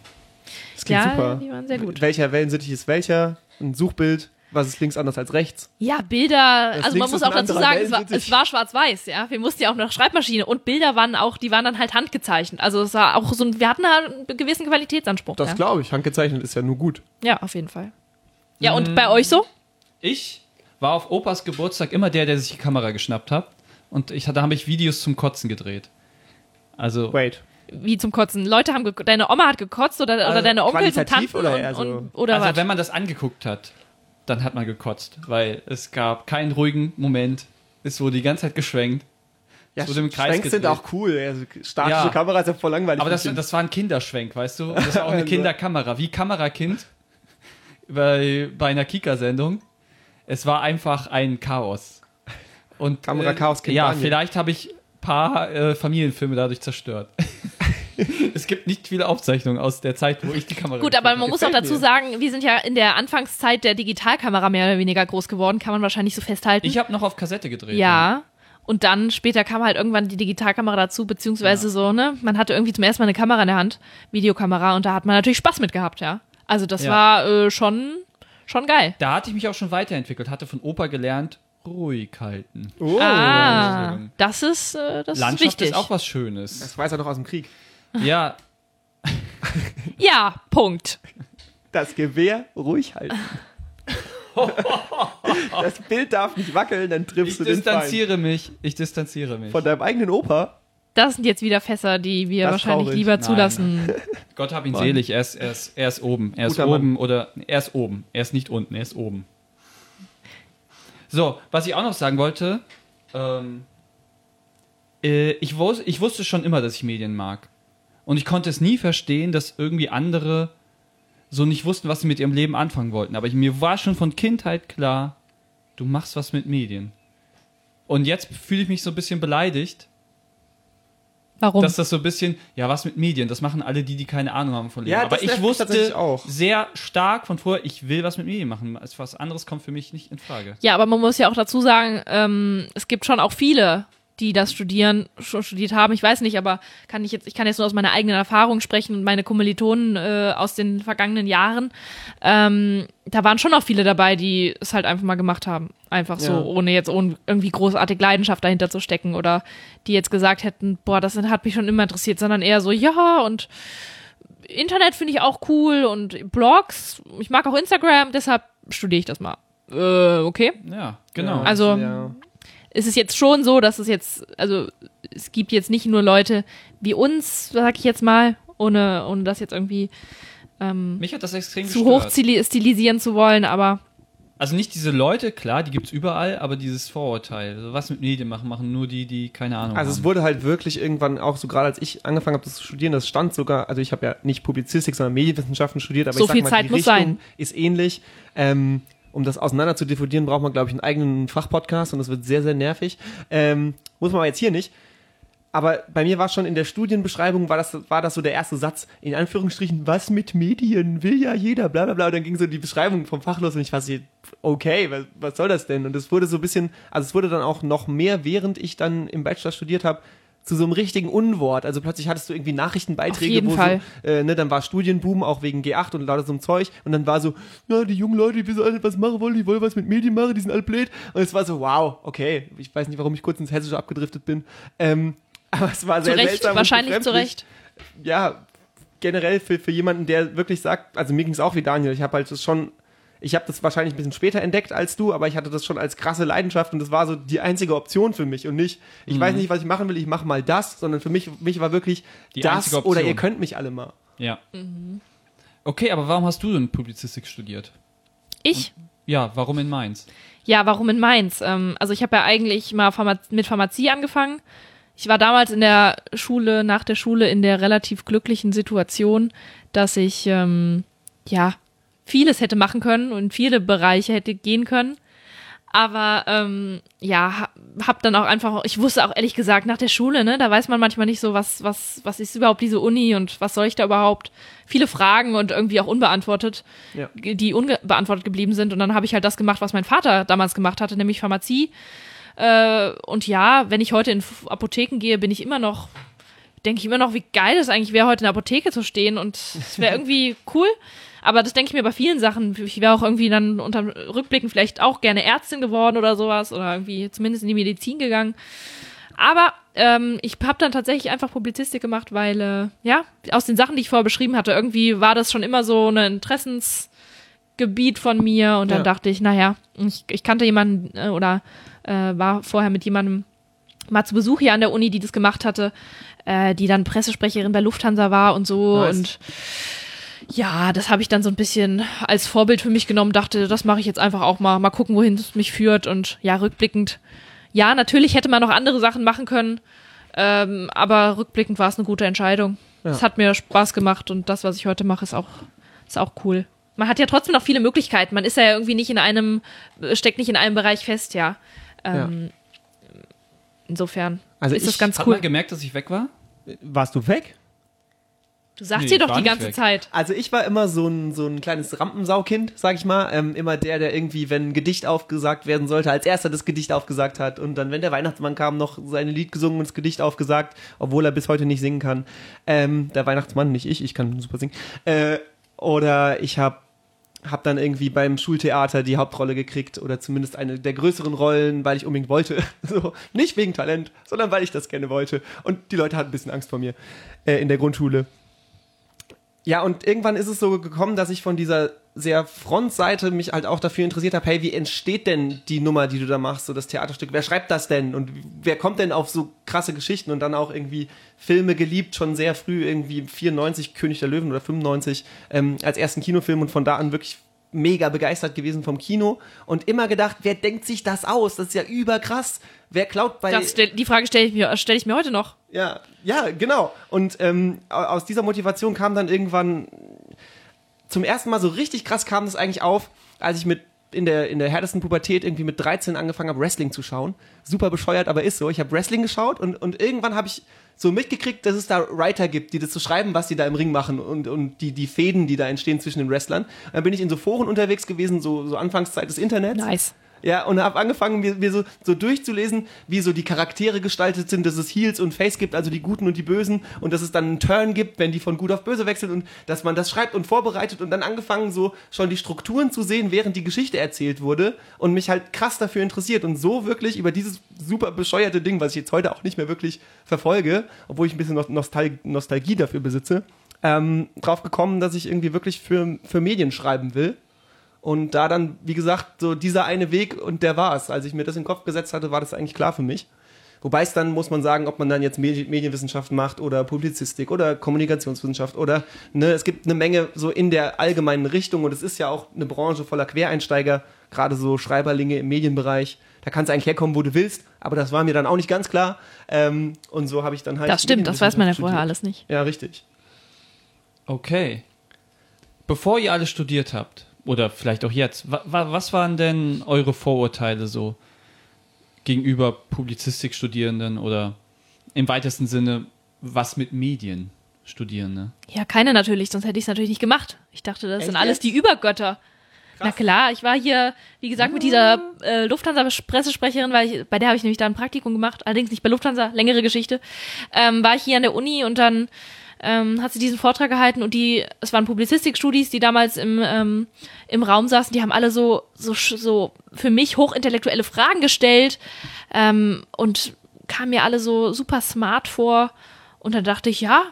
Das klingt
Ja,
super.
die waren sehr gut.
Welcher Wellensittich ist welcher? Ein Suchbild. Was ist links anders als rechts?
Ja, Bilder,
Das
also man
links
muss
ist
auch
ein
dazu
anderer
sagen, es war,
Wellensittich.
es war schwarz-weiß, ja. Wir mussten ja auch noch Schreibmaschine und Bilder waren auch, die waren dann halt handgezeichnet. Also es war auch so ein, wir hatten da einen gewissen Qualitätsanspruch.
Das
ja.
glaube ich. Handgezeichnet ist ja nur gut.
ja, auf jeden Fall. Ja, und bei euch so?
Ich war auf Opas Geburtstag immer der, der sich die Kamera geschnappt hat. Und ich, da habe ich Videos zum Kotzen gedreht. Also,
Wait.
Wie zum Kotzen. Leute haben gek- deine Oma hat gekotzt oder, oder
Also
deine Onkel und
qualitativ
Tanten
oder
und,
eher so?
und, oder
also
was?
wenn man das angeguckt hat, dann hat man gekotzt, weil es gab keinen ruhigen Moment. Es wurde die ganze Zeit geschwenkt.
Ja,
Es wurde im Kreis
Schwenks sind
gedreht.
auch cool. Also statische
Ja.
Kamera ist ja voll langweilig.
Aber das,
Bestimmt.
das war ein Kinderschwenk, weißt du? Das war
*laughs*
auch eine
Also.
Kinderkamera, wie Kamerakind bei, bei einer Kika-Sendung. Es war einfach ein Chaos. Und, äh,
Kamera, Chaos, Kind
Ja,
Daniel.
vielleicht habe ich ein paar äh, Familienfilme dadurch
*laughs*
zerstört. es gibt nicht viele Aufzeichnungen aus der Zeit, wo ich die Kamera.
Gut, aber
geführt
man muss auch
gefällt
dazu
mir.
sagen, wir sind ja in der Anfangszeit der Digitalkamera mehr oder weniger groß geworden, kann man wahrscheinlich so festhalten.
habe. Ich habe noch auf Kassette gedreht.
Ja. Und dann später kam halt irgendwann die Digitalkamera dazu, beziehungsweise so, ne? Man hatte irgendwie zum ersten Mal eine Kamera in der Hand, Videokamera, und da hat man natürlich Spaß mit gehabt, ja. Also das
Ja.
war äh, schon, schon geil.
Da hatte ich mich auch schon weiterentwickelt, hatte von Opa gelernt, ruhig halten.
oh.
ah,
Entschuldigung.
das ist, äh, das ist
Landschaft
wichtig.
ist auch was Schönes.
Das weiß er noch aus dem Krieg.
Ja,
*laughs*
ja, Punkt.
Das Gewehr
*laughs*
ruhig halten. das Bild darf nicht wackeln, dann
ich
triffst du den Feind.
distanziere mich. Ich distanziere mich.
Von deinem eigenen Opa.
Das sind jetzt wieder Fässer, die wir
Das ist
wahrscheinlich
traurig.
lieber
Nein.
zulassen.
Gott hab ihn selig, er ist, er ist, er ist oben. Er ist
Guter
oben oder er ist oben. Er ist nicht unten, er ist oben. So, was ich auch noch sagen wollte, ähm, äh, ich, wus ich wusste schon immer, dass ich Medien mag. Und ich konnte es nie verstehen, dass irgendwie andere so nicht wussten, was sie mit ihrem Leben anfangen wollten. Aber ich, mir war schon von Kindheit klar, du machst was mit Medien. Und jetzt fühle ich mich so ein bisschen beleidigt,
Warum?
dass das so ein bisschen, ja, was mit Medien, das machen alle die, die keine Ahnung haben von Leben.
Ja,
Aber
das
ich
nervt mich tatsächlich
wusste
auch.
sehr stark von vorher, ich will was mit Medien machen. Also was anderes kommt für mich nicht in Frage.
Ja, aber man muss ja auch dazu sagen, ähm, es gibt schon auch viele, die das studieren, schon studiert haben. Ich weiß nicht, aber kann ich jetzt, ich kann jetzt nur aus meiner eigenen Erfahrung sprechen und meine Kommilitonen äh, aus den vergangenen Jahren. Ähm, da waren schon auch viele dabei, die es halt einfach mal gemacht haben. Einfach so,
Ja.
ohne jetzt ohne irgendwie großartig Leidenschaft dahinter zu stecken oder die jetzt gesagt hätten, boah, das hat mich schon immer interessiert, sondern eher so, ja, und Internet finde ich auch cool und Blogs, ich mag auch Instagram, deshalb studiere ich das mal. Äh, okay.
Ja, genau.
Ja,
Also-
ja.
Es ist jetzt schon so, dass es jetzt, also es gibt jetzt nicht nur Leute wie uns, sag ich jetzt mal, ohne, ohne das jetzt irgendwie ähm,
mich hat das extrem
zu hoch
gestört.
stili- stilisieren zu wollen, aber
Also nicht diese Leute, klar, die gibt's überall, aber dieses Vorurteil, also was mit Medien machen, machen nur die, die keine Ahnung
Also es
haben.
wurde halt wirklich irgendwann auch so gerade als ich angefangen habe das zu studieren, das stand sogar, also ich habe ja nicht Publizistik, sondern Medienwissenschaften studiert, aber
So
ich sag
viel
mal,
Zeit
die
muss
Richtung
sein.
ist ähnlich. Ähm, um das auseinander zu diffundieren, braucht man, glaube ich, einen eigenen Fachpodcast und das wird sehr, sehr nervig. Ähm, muss man aber jetzt hier nicht. Aber bei mir war schon in der Studienbeschreibung, war das, war das so der erste Satz, in Anführungsstrichen, was mit Medien will ja jeder, bla bla bla. Und dann ging so die Beschreibung vom Fach los und ich war so, okay, was, was soll das denn? Und es wurde so ein bisschen, also es wurde dann auch noch mehr, während ich dann im Bachelor studiert habe, zu so einem richtigen Unwort. Also plötzlich hattest du irgendwie Nachrichtenbeiträge,
Auf jeden
wo
Fall.
so, äh, ne, dann war Studienboom auch wegen G8 und lauter so einem Zeug. Und dann war so, na, die jungen Leute, die wissen alle, was machen wollen, die wollen was mit Medien machen, die sind alle blöd. Und es war so, wow, okay, ich weiß nicht, warum ich kurz ins Hessische abgedriftet bin. Ähm, aber es war
zu
sehr
Recht,
seltsam. und
wahrscheinlich zu
befremdlich.
Recht.
Ja, generell für, für jemanden, der wirklich sagt, also mir ging es auch wie Daniel, ich habe halt das schon, ich habe das wahrscheinlich ein bisschen später entdeckt als du, aber ich hatte das schon als krasse Leidenschaft und das war so die einzige Option für mich und nicht, ich weiß
Mhm.
nicht, was ich machen will, ich mache mal das, sondern für mich, mich war wirklich
Die
das
einzige Option.
oder ihr könnt mich alle mal.
Ja. Okay, aber warum hast du denn Publizistik studiert?
Ich?
Ja, warum in Mainz?
Ja, warum in Mainz? Ähm, also ich habe ja eigentlich mal Pharma mit Pharmazie angefangen. Ich war damals in der Schule, nach der Schule in der relativ glücklichen Situation, dass ich ähm, ja vieles hätte machen können und viele Bereiche hätte gehen können. Aber ähm, ja, ha- hab dann auch einfach, ich wusste auch ehrlich gesagt, nach der Schule, ne, da weiß man manchmal nicht so, was, was, was ist überhaupt diese Uni und was soll ich da überhaupt? Viele Fragen und irgendwie auch unbeantwortet,
Ja.
ge- die unbeantwortet geblieben sind. Und dann habe ich halt das gemacht, was mein Vater damals gemacht hatte, nämlich Pharmazie. Äh, und ja, wenn ich heute in F- Apotheken gehe, bin ich immer noch denke ich immer noch, wie geil es eigentlich wäre, heute in der Apotheke zu stehen und es wäre irgendwie cool. Aber das denke ich mir bei vielen Sachen. Ich wäre auch irgendwie dann unter Rückblicken vielleicht auch gerne Ärztin geworden oder sowas oder irgendwie zumindest in die Medizin gegangen. Aber ähm, ich habe dann tatsächlich einfach Publizistik gemacht, weil, äh, ja, aus den Sachen, die ich vorher beschrieben hatte, irgendwie war das schon immer so ein Interessensgebiet von mir. Und dann
Ja.
dachte ich, naja, ich, ich kannte jemanden äh, oder äh, war vorher mit jemandem mal zu Besuch hier an der Uni, die das gemacht hatte, äh, die dann Pressesprecherin bei Lufthansa war und so.
Nice.
Und ja, das habe ich dann so ein bisschen als Vorbild für mich genommen, dachte, das mache ich jetzt einfach auch mal, mal gucken, wohin es mich führt. Und ja, rückblickend, ja, natürlich hätte man noch andere Sachen machen können, ähm, aber rückblickend war es eine gute Entscheidung.
Ja.
Es hat mir Spaß gemacht und das, was ich heute mache, ist auch, ist auch cool. Man hat ja trotzdem noch viele Möglichkeiten. Man ist ja irgendwie nicht in einem, steckt nicht in einem Bereich fest, ja. Ähm, Insofern
Also
ist das
ich-
ganz
Hat
cool.
man gemerkt, dass ich weg war?
Warst du weg?
Du sagst
Nee,
dir doch
war
die
nicht
ganze
weg.
Zeit.
Also ich war immer so ein, so ein kleines Rampensaukind, sag ich mal. Ähm, immer der, der irgendwie, wenn ein Gedicht aufgesagt werden sollte, als erster das Gedicht aufgesagt hat. Und dann, wenn der Weihnachtsmann kam, noch sein Lied gesungen und das Gedicht aufgesagt, obwohl er bis heute nicht singen kann. Ähm, der Weihnachtsmann, nicht ich, ich kann super singen. Äh, oder ich habe hab dann irgendwie beim Schultheater die Hauptrolle gekriegt oder zumindest eine der größeren Rollen, weil ich unbedingt wollte. *laughs* So, nicht wegen Talent, sondern weil ich das gerne wollte. Und die Leute hatten ein bisschen Angst vor mir äh, in der Grundschule. Ja, und irgendwann ist es so gekommen, dass ich von dieser sehr Frontseite mich halt auch dafür interessiert habe, hey, wie entsteht denn die Nummer, die du da machst, so das Theaterstück? Wer schreibt das denn? Und wer kommt denn auf so krasse Geschichten und dann auch irgendwie Filme geliebt, schon sehr früh, irgendwie 94 König der Löwen oder 95 ähm, als ersten Kinofilm und von da an wirklich mega begeistert gewesen vom Kino und immer gedacht, wer denkt sich das aus? Das ist ja überkrass. Wer klaut bei
Das, stell- die Frage stelle ich, mir- stell ich mir heute noch.
ja, ja, genau. Und ähm, au- aus dieser Motivation kam dann irgendwann zum ersten Mal so richtig krass kam das eigentlich auf, als ich mit in der, in der härtesten Pubertät irgendwie mit 13 angefangen habe, Wrestling zu schauen. Super bescheuert, aber ist so. Ich habe Wrestling geschaut und, und irgendwann habe ich so mitgekriegt, dass es da Writer gibt, die das so schreiben, was die da im Ring machen und, und die, die Fäden, die da entstehen zwischen den Wrestlern. Dann bin ich in so Foren unterwegs gewesen, so, so Anfangszeit des Internets.
Nice.
Ja, und habe angefangen, mir, mir so, so durchzulesen, wie so die Charaktere gestaltet sind, dass es Heels und Face gibt, also die Guten und die Bösen, und dass es dann einen Turn gibt, wenn die von Gut auf Böse wechseln, und dass man das schreibt und vorbereitet und dann angefangen, so schon die Strukturen zu sehen, während die Geschichte erzählt wurde, und mich halt krass dafür interessiert und so wirklich über dieses super bescheuerte Ding, was ich jetzt heute auch nicht mehr wirklich verfolge, obwohl ich ein bisschen Nos- Nostal Nostalgie dafür besitze, ähm, drauf gekommen, dass ich irgendwie wirklich für, für Medien schreiben will. Und da dann, wie gesagt, so dieser eine Weg und der war es. Als ich mir das in den Kopf gesetzt hatte, war das eigentlich klar für mich. Wobei es dann, muss man sagen, ob man dann jetzt Medi- Medienwissenschaft macht oder Publizistik oder Kommunikationswissenschaft oder, ne, es gibt eine Menge so in der allgemeinen Richtung und es ist ja auch eine Branche voller Quereinsteiger, gerade so Schreiberlinge im Medienbereich. Da kannst du eigentlich herkommen, wo du willst, aber das war mir dann auch nicht ganz klar. Ähm, und so habe ich dann halt.
Das stimmt, das weiß man ja vorher
Medienwissenschaft
alles nicht.
studiert. Ja, richtig.
Okay. Bevor ihr alle studiert habt, oder vielleicht auch jetzt, wa wa was waren denn eure Vorurteile so gegenüber Publizistikstudierenden oder im weitesten Sinne, was mit Medien? ne? Studierende.
Ja, keine natürlich, sonst hätte ich es natürlich nicht gemacht. Ich dachte, das
Echt
sind alles
jetzt?
die Übergötter. Na klar, ich war hier, wie gesagt, mit dieser
Ah.
äh, Lufthansa-Pressesprecherin, weil ich, bei der habe ich nämlich da ein Praktikum gemacht, allerdings nicht bei Lufthansa, längere Geschichte. Ähm, war ich hier an der Uni und dann ähm, hat sie diesen Vortrag gehalten und die, es waren Publizistikstudis, die damals im, ähm, im Raum saßen, die haben alle so, so, sch- so für mich hochintellektuelle Fragen gestellt ähm, und kamen mir alle so super smart vor. Und dann dachte ich, ja,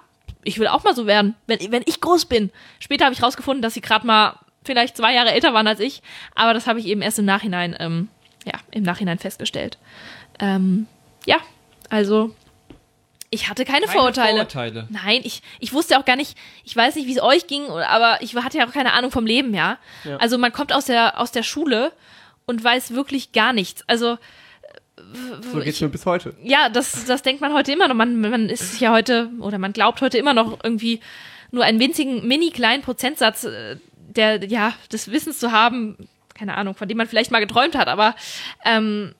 ich will auch mal so werden, wenn, wenn ich groß bin. Später habe ich rausgefunden, dass sie gerade mal vielleicht zwei Jahre älter waren als ich, aber das habe ich eben erst im Nachhinein, ähm, ja, im Nachhinein festgestellt. Ähm, ja, also ich hatte keine,
Keine
Vorurteile.
Vorurteile.
Nein, ich, ich wusste auch gar nicht, ich weiß nicht, wie es euch ging, oder- aber ich hatte ja auch keine Ahnung vom Leben, ja.
Ja.
Also man kommt aus der, aus der Schule und weiß wirklich gar nichts. Also
So geht's
ich-
mir bis heute.
ja, das, das denkt man heute immer noch. Man, man ist ja heute oder man glaubt heute immer noch irgendwie nur einen winzigen, mini kleinen Prozentsatz äh, der, ja, des Wissens zu haben. Keine Ahnung, von dem man vielleicht mal geträumt hat, aber ähm,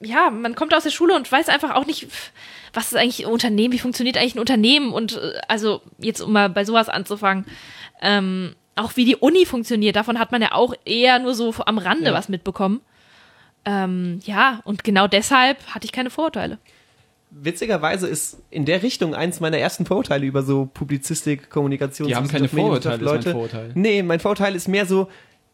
ja, man kommt aus der Schule und weiß einfach auch nicht, pf, was ist eigentlich ein Unternehmen, wie funktioniert eigentlich ein Unternehmen und äh, also jetzt um mal bei sowas anzufangen, ähm, auch wie die Uni funktioniert, davon hat man ja auch eher nur so am Rande was mitbekommen. Ähm, ja, und genau deshalb hatte ich keine Vorurteile.
witzigerweise ist in der Richtung eins meiner ersten Vorurteile über so Publizistik, Kommunikation.
Die haben keine Vorurteile, ist mein
Leute.
Vorurteil.
Nee, mein Vorurteil ist mehr so,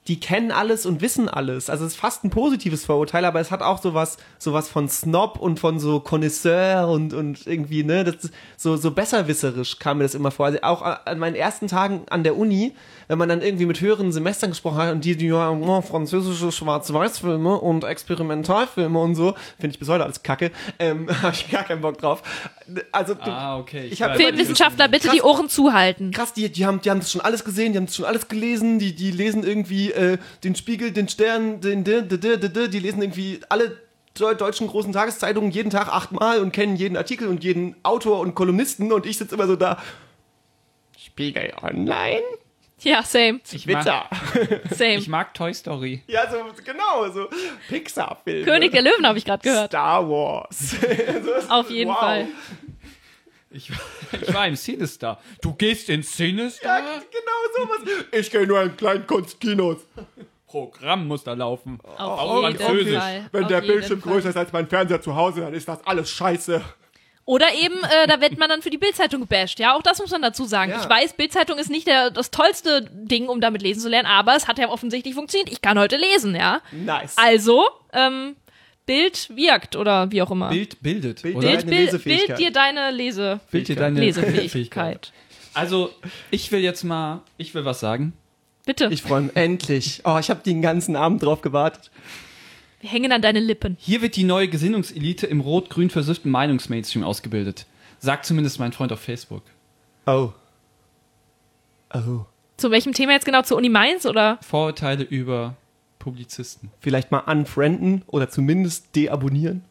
die kennen alles und wissen alles. Also es ist fast ein positives Vorurteil, aber es hat auch sowas, sowas von Snob und von so Connoisseur und, und irgendwie, ne, das ist so, so besserwisserisch kam mir das immer vor. Also auch a- an meinen ersten Tagen an der Uni, wenn man dann irgendwie mit höheren Semestern gesprochen hat und die, die ja oh, französische Schwarz-Weiß-Filme und Experimentalfilme und so, finde ich bis heute alles Kacke, ähm, *laughs* habe ich gar keinen Bock drauf. Also du-
Ah, okay.
Ich hab-
weiß.
Filmwissenschaftler, bitte
Krass.
die Ohren zuhalten.
krass, die, die, haben, die haben das schon alles gesehen, die haben das schon alles gelesen, die, die lesen irgendwie äh, den Spiegel, den Stern, den, den, den, den, den, den, die lesen irgendwie alle deu- deutschen großen Tageszeitungen jeden Tag achtmal und kennen jeden Artikel und jeden Autor und Kolumnisten und ich sitze immer so da. Spiegel online?
Ja, same,
Ich mag,
Pizza.
same.
ich mag Toy Story.
*laughs* Ja, so genau, so Pixar-Film.
König der Löwen habe ich gerade gehört.
Star Wars. *laughs*
Auf jeden
Wow.
Fall.
Ich, *laughs* ich war im Cinestar. Du gehst ins
Ja,
Cinestar?
genau sowas. Ich gehe nur in kleinen Kunstkinos.
Programm muss da laufen.
Oh.
Auf jeden
Französisch.
Fall.
Wenn
Auf
der
jeden
Bildschirm
Fall.
größer ist als mein Fernseher zu Hause, dann ist das alles scheiße.
Oder eben, äh, da wird man dann für die Bildzeitung gebasht. Ja, auch das muss man dazu sagen.
Ja.
Ich weiß, Bildzeitung ist nicht der, das tollste Ding, um damit lesen zu lernen, aber es hat ja offensichtlich funktioniert. Ich kann heute lesen, ja.
Nice.
Also, ähm, Bild wirkt oder wie auch immer.
Bild bildet,
Bild
oder?
bildet.
Bild,
Deine
Bild,
Lesefähigkeit.
Bild dir deine Lese
Bild dir deine Fähigkeit.
Lesefähigkeit.
Also, ich will jetzt mal, ich will was sagen.
Bitte,
Ich freue mich. Endlich. Oh, ich habe den ganzen Abend drauf gewartet.
wir hängen an deine Lippen.
Hier wird die neue Gesinnungselite im rot-grün versüfften Meinungsmainstream ausgebildet. Sagt zumindest mein Freund auf Facebook.
Oh. Oh.
Zu welchem Thema jetzt genau? Zur Uni Mainz oder?
Vorurteile über Publizisten.
Vielleicht mal unfrienden oder zumindest deabonnieren?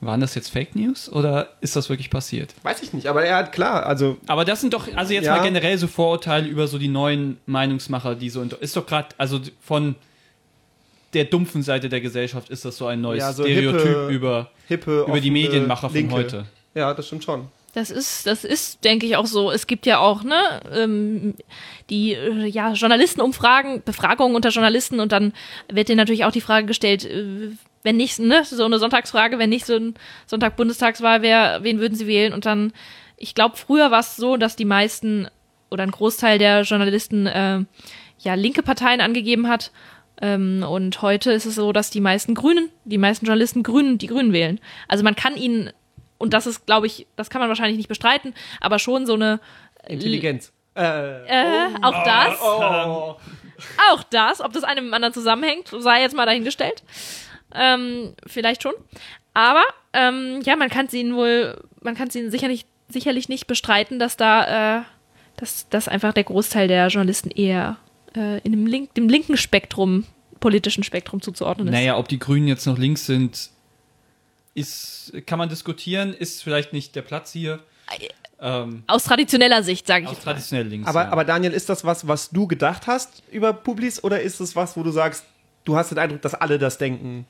Waren das jetzt Fake News oder ist das wirklich passiert?
Weiß ich nicht, aber er hat klar, also
Aber das sind doch, also jetzt
Ja.
mal generell so Vorurteile über so die neuen Meinungsmacher, die so, in- ist doch gerade, also von der dumpfen Seite der Gesellschaft ist das so ein neues
Ja, so
Stereotyp
hippe-
über,
hippe.
über die
offene,
Medienmacher
Linke.
von heute.
Ja, das stimmt schon.
Das ist, das ist, denke ich, auch so. Es gibt ja auch, ne, ähm, die äh, ja, Journalistenumfragen, Befragungen unter Journalisten und dann wird dir natürlich auch die Frage gestellt, äh, wenn nicht, ne, so eine Sonntagsfrage, wenn nicht so ein Sonntag Bundestagswahl wäre, wen würden sie wählen? Und dann, ich glaube, früher war es so, dass die meisten oder ein Großteil der Journalisten äh, ja linke Parteien angegeben hat. Ähm, und heute ist es so, dass die meisten Grünen, die meisten Journalisten Grünen, die Grünen wählen. Also man kann ihnen, und das ist, glaube ich, das kann man wahrscheinlich nicht bestreiten, aber schon so eine
Intelligenz. Äh,
äh, auch das,
oh.
auch das, ob das eine mit dem anderen zusammenhängt, sei jetzt mal dahingestellt. Ähm, vielleicht schon. Aber ähm, ja, man kann es ihnen wohl, man kann es ihnen sicherlich, sicherlich nicht bestreiten, dass da, äh, dass, dass einfach der Großteil der Journalisten eher äh, in dem, link, dem linken Spektrum, politischen Spektrum zuzuordnen ist.
Naja, ob die Grünen jetzt noch links sind, ist, kann man diskutieren, ist vielleicht nicht der Platz hier. Ähm,
Aus traditioneller Sicht, sage ich
auch
jetzt mal.
traditionell links.
Aber,
ja.
aber Daniel, ist das was, was du gedacht hast über Publis oder ist es was, wo du sagst, du hast den Eindruck, dass alle das denken?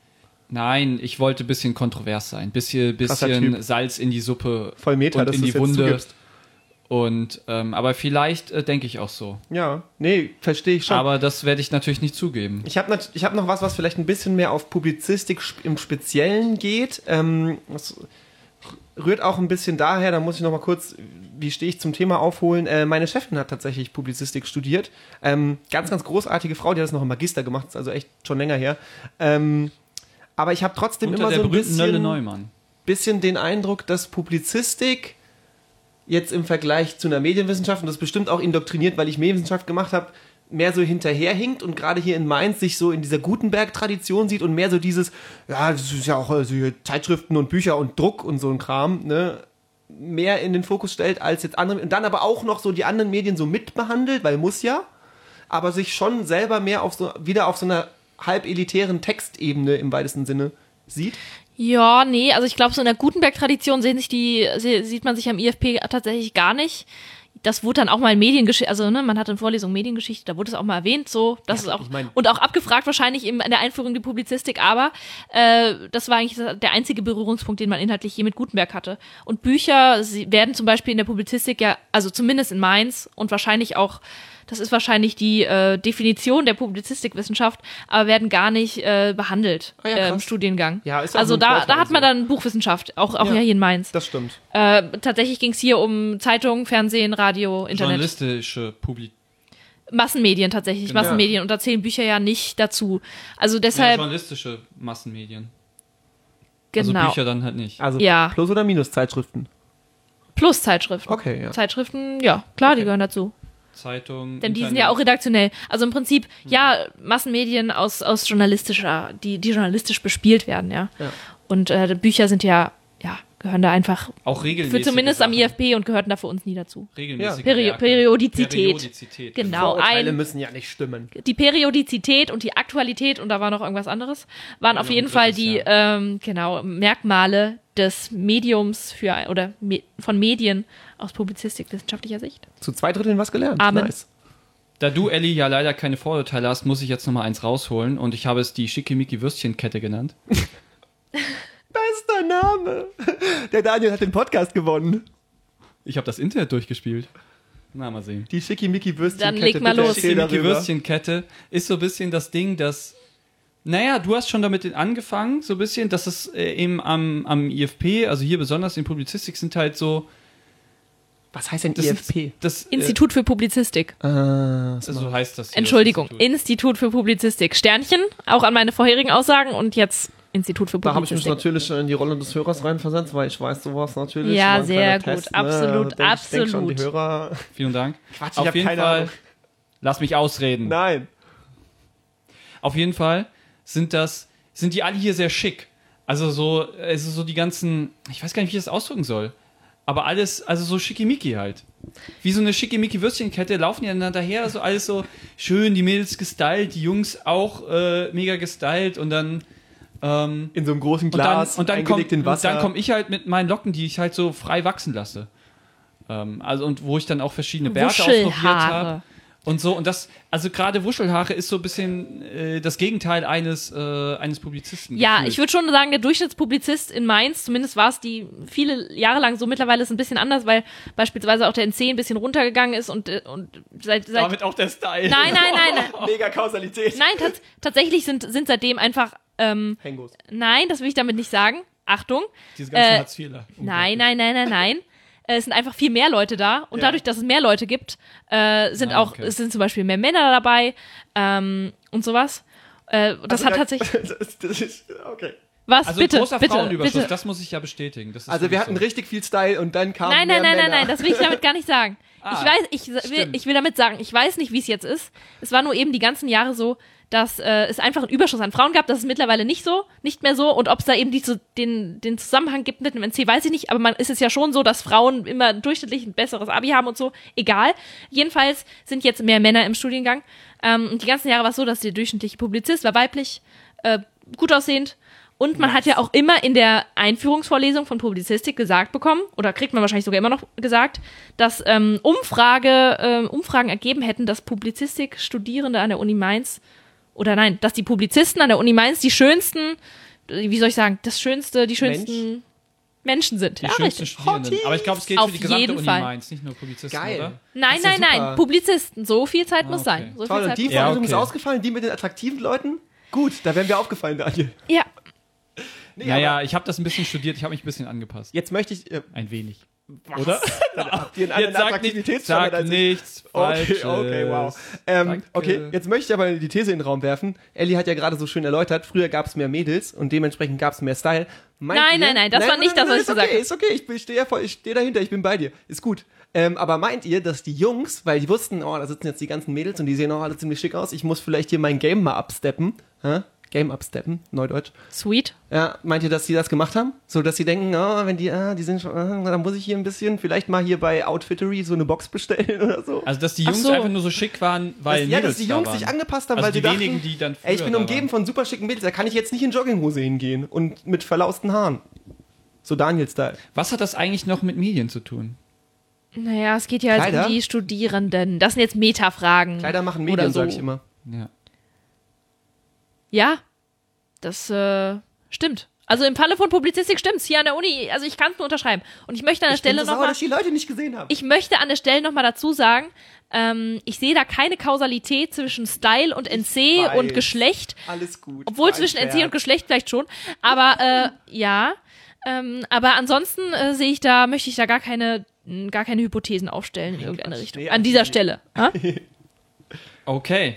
Nein, ich wollte ein bisschen kontrovers sein. Bisschen,
Krasser
bisschen
Typ.
Salz in die Suppe
Voll Meta,
und
dass
in
du
die
es jetzt
Wunde.
zugibst.
Und, ähm, aber vielleicht äh, denke ich auch so.
Ja, nee, verstehe ich schon.
Aber das werde ich natürlich nicht zugeben.
Ich habe ich hab noch was, was vielleicht ein bisschen mehr auf Publizistik sp- im Speziellen geht. Ähm, das rührt auch ein bisschen daher, da muss ich noch mal kurz, wie stehe ich zum Thema aufholen. Äh, meine Chefin hat tatsächlich Publizistik studiert. Ähm, ganz, ganz großartige Frau, die hat das noch im Magister gemacht, ist also echt schon länger her. Ähm, aber ich habe trotzdem
Unter
immer
der
so ein
berühmten Nölle
bisschen,
Neumann.
bisschen den Eindruck, dass Publizistik jetzt im Vergleich zu einer Medienwissenschaft, und das ist bestimmt auch indoktriniert, weil ich Medienwissenschaft gemacht habe, mehr so hinterherhinkt und gerade hier in Mainz sich so in dieser Gutenberg-Tradition sieht und mehr so dieses, ja, das ist ja auch also hier Zeitschriften und Bücher und Druck und so ein Kram, ne, mehr in den Fokus stellt als jetzt andere. Und dann aber auch noch so die anderen Medien so mitbehandelt, weil muss ja, aber sich schon selber mehr auf so, wieder auf so einer halb elitären Textebene im weitesten Sinne sieht.
Ja, nee, also ich glaube, so in der Gutenberg-Tradition sehen sich die, se- sieht man sich am IFP tatsächlich gar nicht. Das wurde dann auch mal in Mediengeschichte, also ne, man hat in Vorlesungen Mediengeschichte, da wurde es auch mal erwähnt, so, das ist auch,
ich mein-
und auch abgefragt wahrscheinlich im, in der Einführung in die Publizistik, aber äh, das war eigentlich der einzige Berührungspunkt, den man inhaltlich je mit Gutenberg hatte. Und Bücher sie werden zum Beispiel in der Publizistik ja, also zumindest in Mainz und wahrscheinlich auch Das ist wahrscheinlich die äh, Definition der Publizistikwissenschaft, aber werden gar nicht äh, behandelt
Ah ja,
äh, im
krass.
Studiengang.
Ja, ist ja auch
also
nur ein
da,
Vorteil
da hat man
so.
dann Buchwissenschaft, auch, auch
Ja.
ja. hier in Mainz.
Das stimmt.
Äh, tatsächlich ging es hier um Zeitung, Fernsehen, Radio, Internet.
Journalistische Publik
Massenmedien tatsächlich,
Genau.
Massenmedien. Und da zählen Bücher ja nicht dazu. Also
ja,
deshalb,
journalistische Massenmedien. Also
genau.
Bücher dann halt nicht.
Also
Ja.
Plus- oder Minuszeitschriften.
Plus Zeitschriften.
Okay, ja.
Zeitschriften, ja, klar, die gehören dazu.
Zeitung.
Denn die sind
Internet. Hm.
ja auch redaktionell. Also im Prinzip, ja, Massenmedien aus, aus journalistischer, die, die journalistisch bespielt werden, ja.
Ja.
Und äh, Bücher sind ja, ja, gehören da einfach
auch regelmäßig.
für zumindest am
IFB.
IFP und gehörten da für uns nie dazu.
Regelmäßig.
Peri- Periodizität.
Periodizität.
Genau,
Vorurteile
ein,
müssen ja nicht stimmen.
die Periodizität und die Aktualität und da war noch irgendwas anderes, waren
Genau,
Ja,
auf
noch
jeden
ein
Fall
drittes,
die ähm, genau Merkmale des Mediums für oder me von Medien aus publizistikwissenschaftlicher Sicht.
Zu zwei Dritteln was gelernt.
Amen.
Nice.
Da du, Ellie, ja leider keine Vorurteile hast, muss ich jetzt nochmal eins rausholen und ich habe es die Schickimicki-Würstchenkette genannt.
Bester Name. *laughs* Der Daniel hat den Podcast gewonnen.
Ich habe das Internet durchgespielt. Na, mal sehen.
Die Schickimicki-Würstchen.
Dann leg mal los.
Erzähl
Die
darüber.
Würstchenkette ist so ein bisschen das Ding, dass. Naja, du hast schon damit angefangen, so ein bisschen, dass es äh, eben am, am IFP, also hier besonders in Publizistik, sind halt so.
Was heißt denn
Das
IFP?
Sind, das, äh,
Institut für Publizistik.
Ah,
Also heißt das. hier,
Entschuldigung,
das Institut.
Institut für Publizistik. Sternchen, auch an meine vorherigen Aussagen und jetzt Institut für
da habe ich mich
Publizistik.
natürlich in die Rolle des Hörers reinversetzt, weil ich weiß sowas natürlich.
Ja,
War ein kleiner
sehr gut.
Test,
Absolut,
ne? Ich denk schon,
absolut.
die Hörer.
Vielen Dank.
Quatsch, ich
Auf
hab
jeden
keine
Fall.
Ahnung.
Lass mich ausreden.
Nein.
Auf jeden Fall sind das, sind die alle hier sehr schick. Also so, es ist so die ganzen, ich weiß gar nicht, wie ich das ausdrücken soll. Aber alles, also so schickimicki halt. Wie so eine schickimicki Würstchenkette laufen die einander her, so alles so schön, die Mädels gestylt, die Jungs auch äh, mega gestylt und dann, ähm,
In so einem großen
und dann,
Glas,
und dann
eingelegt in
komme
Wasser.
komm ich halt mit meinen Locken, die ich halt so frei wachsen lasse. Ähm, also und wo ich dann auch verschiedene Werte ausprobiert habe.
Wuschelhaare.
Und so, und das, also gerade Wuschelhaare ist so ein bisschen äh, das Gegenteil eines, äh, eines Publizisten.
Ja, ich würde schon sagen, der Durchschnittspublizist in Mainz, zumindest war es die viele Jahre lang so, mittlerweile ist es ein bisschen anders, weil beispielsweise auch der NC ein bisschen runtergegangen ist und, äh, und seit, seit
Damit auch der Style.
Nein, nein, nein, nein.
Mega Kausalität.
Nein, tats tatsächlich sind, sind seitdem einfach, ähm,
Hengos.
nein, das will ich damit nicht sagen. Achtung.
Diese ganzen
Äh,
Hartz-Fehler.
Nein, nein, nein, nein, nein.
*laughs*
Äh, Es sind einfach viel mehr Leute da und dadurch, dass es mehr Leute gibt, äh, sind
Ah,
auch
okay.
es sind zum Beispiel mehr Männer dabei ähm, und sowas. Äh, das hat tatsächlich
*laughs* Das, das ist, okay.
was
Also
bitte
großer
bitte
Frauenüberschuss,
bitte.
das muss ich ja bestätigen. Das ist
Also wir
wirklich
hatten
so.
richtig viel Style und dann kam
Nein, nein, nein, nein, nein, das will ich damit gar nicht sagen.
*laughs* Ah,
ich weiß, ich will,
stimmt.
ich will damit sagen, ich weiß nicht, wie es jetzt ist. Es war nur eben die ganzen Jahre so, dass äh, es einfach einen Überschuss an Frauen gab. Das ist mittlerweile nicht so, nicht mehr so. Und ob es da eben die, so den, den Zusammenhang gibt mit dem NC, weiß ich nicht. Aber man ist es ja schon so, dass Frauen immer durchschnittlich ein besseres Abi haben und so. Egal. Jedenfalls sind jetzt mehr Männer im Studiengang. Ähm, und die ganzen Jahre war es so, dass der durchschnittliche Publizist war weiblich, äh, gut aussehend. Und man hat ja auch immer in der Einführungsvorlesung von Publizistik gesagt bekommen, oder kriegt man wahrscheinlich sogar immer noch gesagt, dass ähm, Umfrage, ähm, Umfragen ergeben hätten, dass Publizistik-Studierende an der Uni Mainz, oder nein, dass die Publizisten an der Uni Mainz die schönsten, äh, wie soll ich sagen, das schönste, die schönsten Menschen sind.
die
ja,
schönsten
richtig.
Studierenden. Aber ich glaube, es geht
Auf
für die gesamte
jeden
Uni
Fall.
Mainz, nicht nur Publizisten,
Geil.
oder?
Nein,
Das ist ja
nein, nein,
super. Ah,
Publizisten, so viel Zeit muss
okay.
sein. So
Toll,
viel
und
Zeit
die
muss
Ja,
Vorlesung
okay.
ist ausgefallen, die mit den attraktiven Leuten? Gut, da wären wir aufgefallen, Daniel.
sein. Ja,
Nee,
Naja,
aber
ich habe das ein bisschen studiert, ich habe mich ein bisschen angepasst.
Jetzt möchte ich... Äh,
Ein wenig. Oder?
habt ihr
Jetzt
einen anderen
sag nichts,
Attraktivitätsstandard
sag
als ich?
nichts
*laughs* Okay,
Falsches.
okay, wow. Ähm,
Danke.
okay, jetzt möchte ich aber die These in den Raum werfen. Ellie hat ja gerade so schön erläutert, früher gab es mehr Mädels und dementsprechend gab es mehr Style. Meint
Nein, nein, nein, das war nicht das, was ich
ist
gesagt
okay,
habe.
Ist okay, ich bin- stehe ja voll- ich stehe dahinter, ich bin bei dir. Ist gut. Ähm, aber meint ihr, dass die Jungs, weil die wussten, oh, da sitzen jetzt die ganzen Mädels und die sehen auch alle ziemlich schick aus, ich muss vielleicht hier mein Game mal absteppen. Hä? Game absteppen, Neudeutsch.
sweet.
Ja, meint ihr, dass die das gemacht haben? So, dass sie denken, oh, wenn die, ah, die sind schon, ah, dann muss ich hier ein bisschen, vielleicht mal hier bei Outfittery so eine Box bestellen *laughs* oder so.
Also, dass die
Ach
Jungs
so.
einfach nur so schick waren, weil
Dass- ja,
Mädels
dass die
da
Jungs
waren.
sich angepasst haben,
also
weil
die
sie dachten,
wenigen, die dann früher
ey, ich bin
da
umgeben
waren.
von super schicken Mädels, da kann ich jetzt nicht in Jogginghose hingehen und mit verlausten Haaren. So Daniel-Style.
Was hat das eigentlich noch mit Medien zu tun?
Naja, es geht ja jetzt
Kleider?
um die Studierenden. Das sind jetzt Metafragen.
Kleider machen
Oder
Medien,
so.
sag ich immer.
Ja.
Ja, das äh, stimmt. Also im Falle von Publizistik stimmt's. Hier an der Uni, also ich kann es nur unterschreiben. Und ich möchte an der
Ich bin
Stelle
so sauer,
nochmal.
dass ich die Leute nicht gesehen habe.
Ich möchte an der Stelle nochmal dazu sagen, ähm, ich sehe da keine Kausalität zwischen Style und NC
weiß.
und Geschlecht.
Alles gut.
Obwohl
War ein
zwischen NC und
Scherz.
Geschlecht vielleicht schon. Aber äh, ja. Ähm, aber ansonsten äh, sehe ich da, möchte ich da gar keine, mh, gar keine Hypothesen aufstellen in irgendeine
Quatsch.
Richtung.
Nee,
An dieser
absolut
Stelle. Ja?
*laughs*
Okay.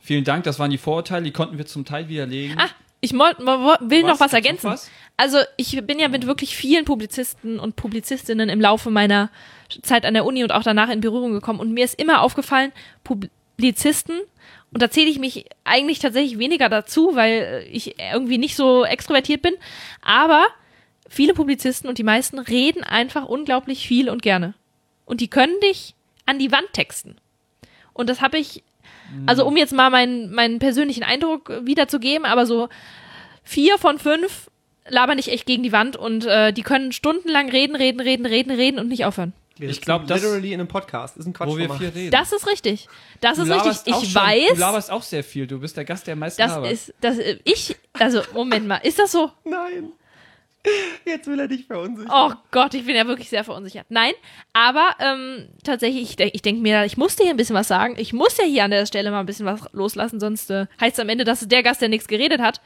Vielen Dank, das waren die Vorurteile, die konnten wir zum Teil widerlegen.
Ah, ich mo- mo- mo- will
Was?
noch was
Gibt's noch
ergänzen.
was?
Also ich bin ja mit wirklich vielen Publizisten und Publizistinnen im Laufe meiner Zeit an der Uni und auch danach in Berührung gekommen und mir ist immer aufgefallen, Publizisten, und da zähle ich mich eigentlich tatsächlich weniger dazu, weil äh, ich irgendwie nicht so extrovertiert bin, aber viele Publizisten und die meisten reden einfach unglaublich viel und gerne. Und die können dich an die Wand texten. Und das habe ich, also um jetzt mal meinen, meinen persönlichen Eindruck äh, wiederzugeben, aber so vier von fünf labern dich echt gegen die Wand und äh, die können stundenlang reden, reden, reden, reden, reden und nicht aufhören.
Wir
Ich
sitzen
glaub, das-
Literally in einem Podcast. Ist ein Quatsch.
Wo wir viel reden.
Das ist richtig. Das
Genau. Du laberst
ist richtig.
auch
Ich
schon- Du
weiß,
laberst auch sehr viel. Du bist der Gast, der am meisten labert.
das ist, das äh, ich, also Moment mal, ist das so?
Nein. Jetzt will er dich verunsichern.
Oh Gott, ich bin ja wirklich sehr verunsichert. Nein, aber ähm, tatsächlich, ich, denk- ich denke mir, ich musste hier ein bisschen was sagen. Ich muss ja hier an der Stelle mal ein bisschen was loslassen, sonst äh, heißt es am Ende, dass der Gast, der nichts geredet hat.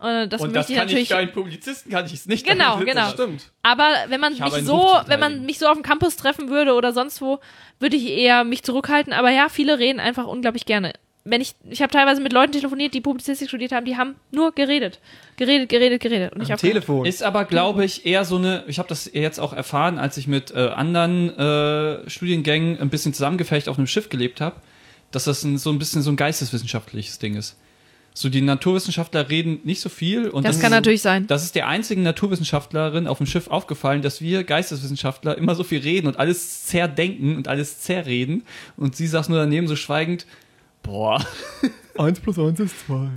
Äh, das
Und das kann
möchte ich natürlich.
ich für einen Publizisten kann ich es nicht.
Genau,
Das
genau.
Stimmt.
Aber wenn man
Ich habe
mich
einen
so,
Ruf zu
wenn man
verteidigen.
mich so auf dem Campus treffen würde oder sonst wo, würde ich eher mich zurückhalten. Aber ja, viele reden einfach unglaublich gerne. Wenn ich, ich habe teilweise mit Leuten telefoniert, die Publizistik studiert haben, die haben nur geredet, geredet, geredet, geredet. Und ich
Am
habe
Telefon.
Ist aber, glaube ich, eher so eine, ich habe das jetzt auch erfahren, als ich mit äh, anderen äh, Studiengängen ein bisschen zusammengefecht auf einem Schiff gelebt habe, dass das ein, so ein bisschen so ein geisteswissenschaftliches Ding ist. So die Naturwissenschaftler reden nicht so viel und
Das
das
kann
ist,
natürlich sein.
Das ist der einzigen Naturwissenschaftlerin auf dem Schiff aufgefallen, dass wir Geisteswissenschaftler immer so viel reden und alles zerdenken und alles zerreden und sie saß nur daneben so schweigend. Boah.
1 plus 1 ist 2.